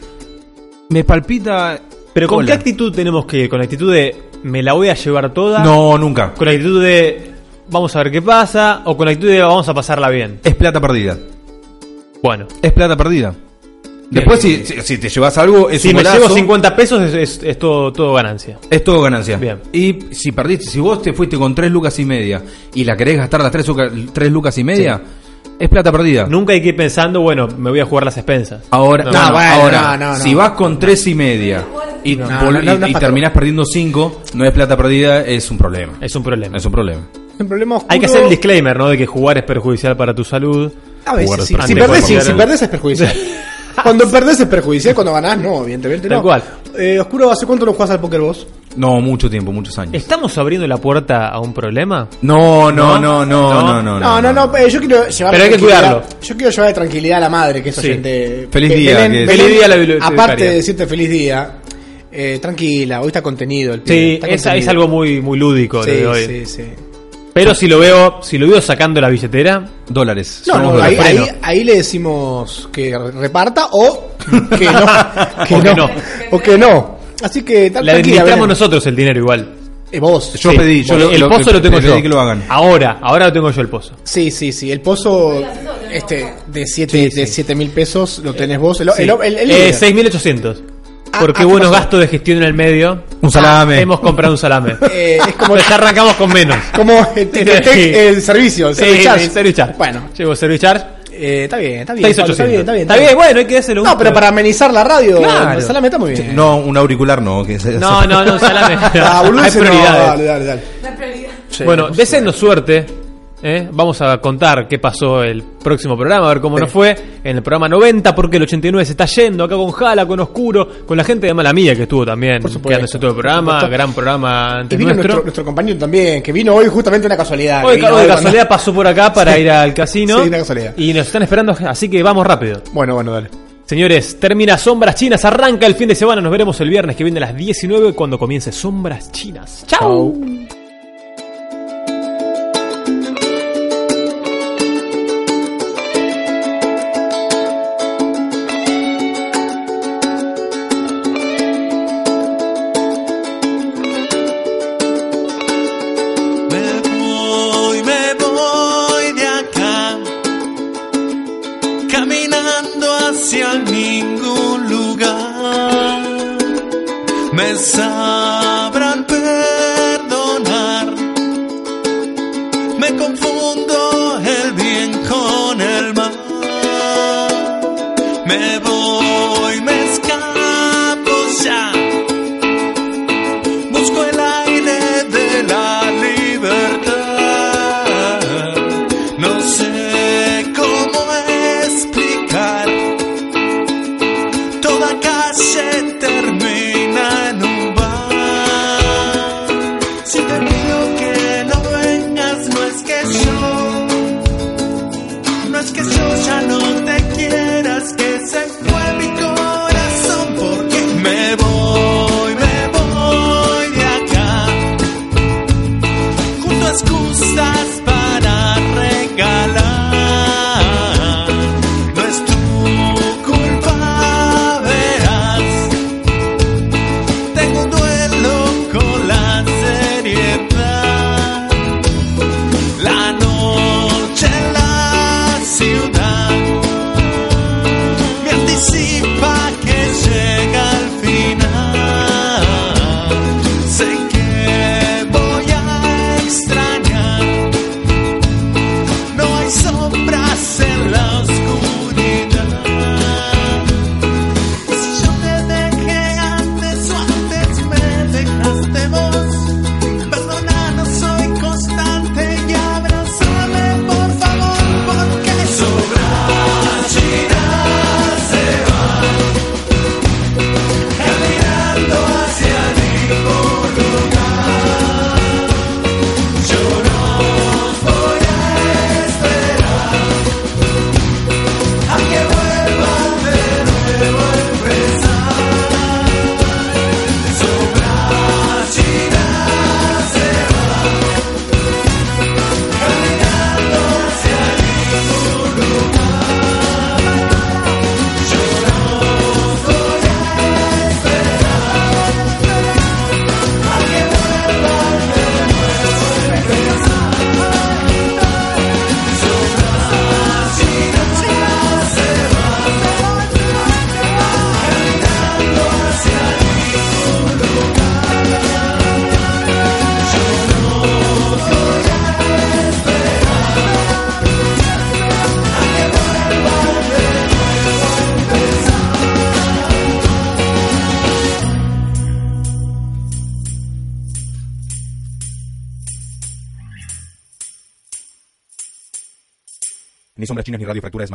F: me palpita.
D: Pero ¿con
F: cola"?
D: qué actitud tenemos que ir? ¿Con la actitud de me la voy a llevar toda?
F: No, nunca.
D: ¿Con la actitud de vamos a ver qué pasa? ¿O con la actitud de vamos a pasarla bien?
F: Es plata perdida.
D: Bueno.
F: Es plata perdida. Después, si, si- si te llevas algo, es
D: Si
F: un
D: me
F: golazo,
D: llevo 50 pesos es, es- es todo, todo ganancia.
F: Es todo ganancia.
D: Bien.
F: Y si perdiste, si vos te fuiste con tres lucas y media y la querés gastar las tres, uca- tres lucas y media, es plata perdida.
D: Nunca hay que ir pensando, bueno, me voy a jugar las expensas.
F: Ahora,
D: No,
F: bueno,
D: bueno,
F: ahora
D: no, no,
F: si
D: no.
F: vas con tres y media y,
D: No,
F: vol-
D: no, no,
F: y-
D: no es
F: y
D: plata.
F: terminás perdiendo cinco, no es plata perdida, es un problema.
D: Es un problema.
F: Es un problema.
E: El problema oscuro.
D: Hay que hacer el disclaimer, ¿no? De que jugar es perjudicial para tu salud.
E: A veces,
D: Jugar es
E: sí. si,
D: perjudicial.
E: perdés, sí,
D: Antes
E: si
D: de
E: perdés es
D: [laughs]
E: perjudicial. Cuando perdés es perjudicial, cuando ganás no, evidentemente
D: Tal
E: no.
D: cual.
E: Eh, Oscuro, ¿hace cuánto no jugás al póker vos?
F: No, mucho tiempo, muchos años.
D: ¿Estamos abriendo la puerta a un problema?
F: No, no, no, no, no, no.
D: No,
E: No, no, no, eh, yo quiero llevar
D: Pero hay que
E: tranquilidad-
D: cuidarlo.
E: Yo quiero llevar de tranquilidad a la madre, que es
D: Sí.
E: oyente.
F: Feliz
E: Be-
F: día,
E: Belén-
F: que es-
E: Belén,
F: Feliz día a la bibliotecaria.
E: Aparte de decirte feliz día, eh, tranquila, hoy está contenido el pibe,
D: Sí,
E: está
D: es,
E: contenido.
D: es algo muy, muy lúdico
E: Sí,
D: lo de hoy.
E: sí, sí.
D: Pero si lo veo, si lo veo sacando la billetera,
E: Ah,
F: dólares.
E: No, no, ahí, ahí- ahí le decimos que reparta o que no.
D: [laughs]
E: que
D: O que
E: no.
D: no.
E: O que no. Así que tal Eh,
D: La administramos nosotros el dinero igual.
E: vos.
D: Sí, vos- el pozo lo tengo yo. Ahora, ahora lo tengo yo el pozo.
E: Sí, sí, sí. El pozo este de 7 de siete mil pesos lo tenés vos. El, el- el- el-
D: Eh, 6.800. Porque
E: ah,
D: hubo
E: ¿qué
D: unos
E: pasó?
D: gastos de gestión en el medio. Ah,
F: Un salame.
D: Hemos comprado un salame.
E: [laughs] Eh, es como
D: ya arrancamos con menos.
E: [laughs] como el, el- el-
D: Sí.
E: el servicio, el
D: Sí,
E: service charge.
D: el service charge.
E: Bueno,
D: Llevo service charge.
E: eh, está bien, está bien.
D: 6.800.
E: Pablo, Está bien, está bien.
D: Está bien, bueno, hay que dárselo
E: No, pero para amenizar la radio,
D: Claro.
E: el salame está muy bien.
F: No, un auricular no. Que se-
D: No, no, no, salame.
E: [laughs] Ah, boludo,
D: Hay
E: ese no,
D: prioridades.
E: dale, dale, dale. Sí,
D: bueno, deseennos suerte. ¿eh? Vamos a contar qué pasó el próximo programa, a ver cómo nos fue. En el programa 90, porque el 89 se está yendo acá con Jala, con Oscuro, con la gente de Mala Mía que estuvo también quedándose todo el programa.
E: supuesto.
D: Gran programa
E: Y
D: antes
E: vino
D: nuestro.
E: nuestro, nuestro compañero también, que vino hoy justamente una casualidad.
D: Hoy,
E: que vino
D: hoy de
E: cuando-
D: casualidad pasó por acá para
E: Sí.
D: ir al casino.
E: Sí, una casualidad.
D: Y nos están esperando, así que vamos rápido.
E: Bueno, bueno, dale.
D: Señores, termina Sombras Chinas, arranca el fin de semana. Nos veremos el viernes que viene a las 19 cuando comience Sombras Chinas. ¡Chao!
I: voy, me voy de acá, caminando hacia ningún lugar. Me sabrán perdonar, me confundo el bien con el mal. Me voy, me escapo ya. Busco el aire de la libertad. No sé cómo explicar. Toda calle termina en un bar. Si te pido que no vengas, no es que yo. No es que yo ya no te quieras, que se fue mi corazón porque me voy, me voy de acá. Junto a excusas para regalar. No es tu culpa, verás. Tengo un duelo con la seriedad. La noche en la ciudad me anticipa que llega al final. Sé que voy a extrañar. No hay sombras en la oscuridad. Si yo te dejé antes o antes me dejaste vos. Perdona, no soy constante y abrázame por favor porque sobras chicas se van caminando hacia ningún lugar. Yo no voy a esperar a que vuelvan de nuevo a empezar. Sobras chicas se van caminando hacia ningún lugar. Yo no voy a esperar a que vuelvan de nuevo a empezar. Sobras chicas se van.
B: Ni sombras chinas ni radio fractura es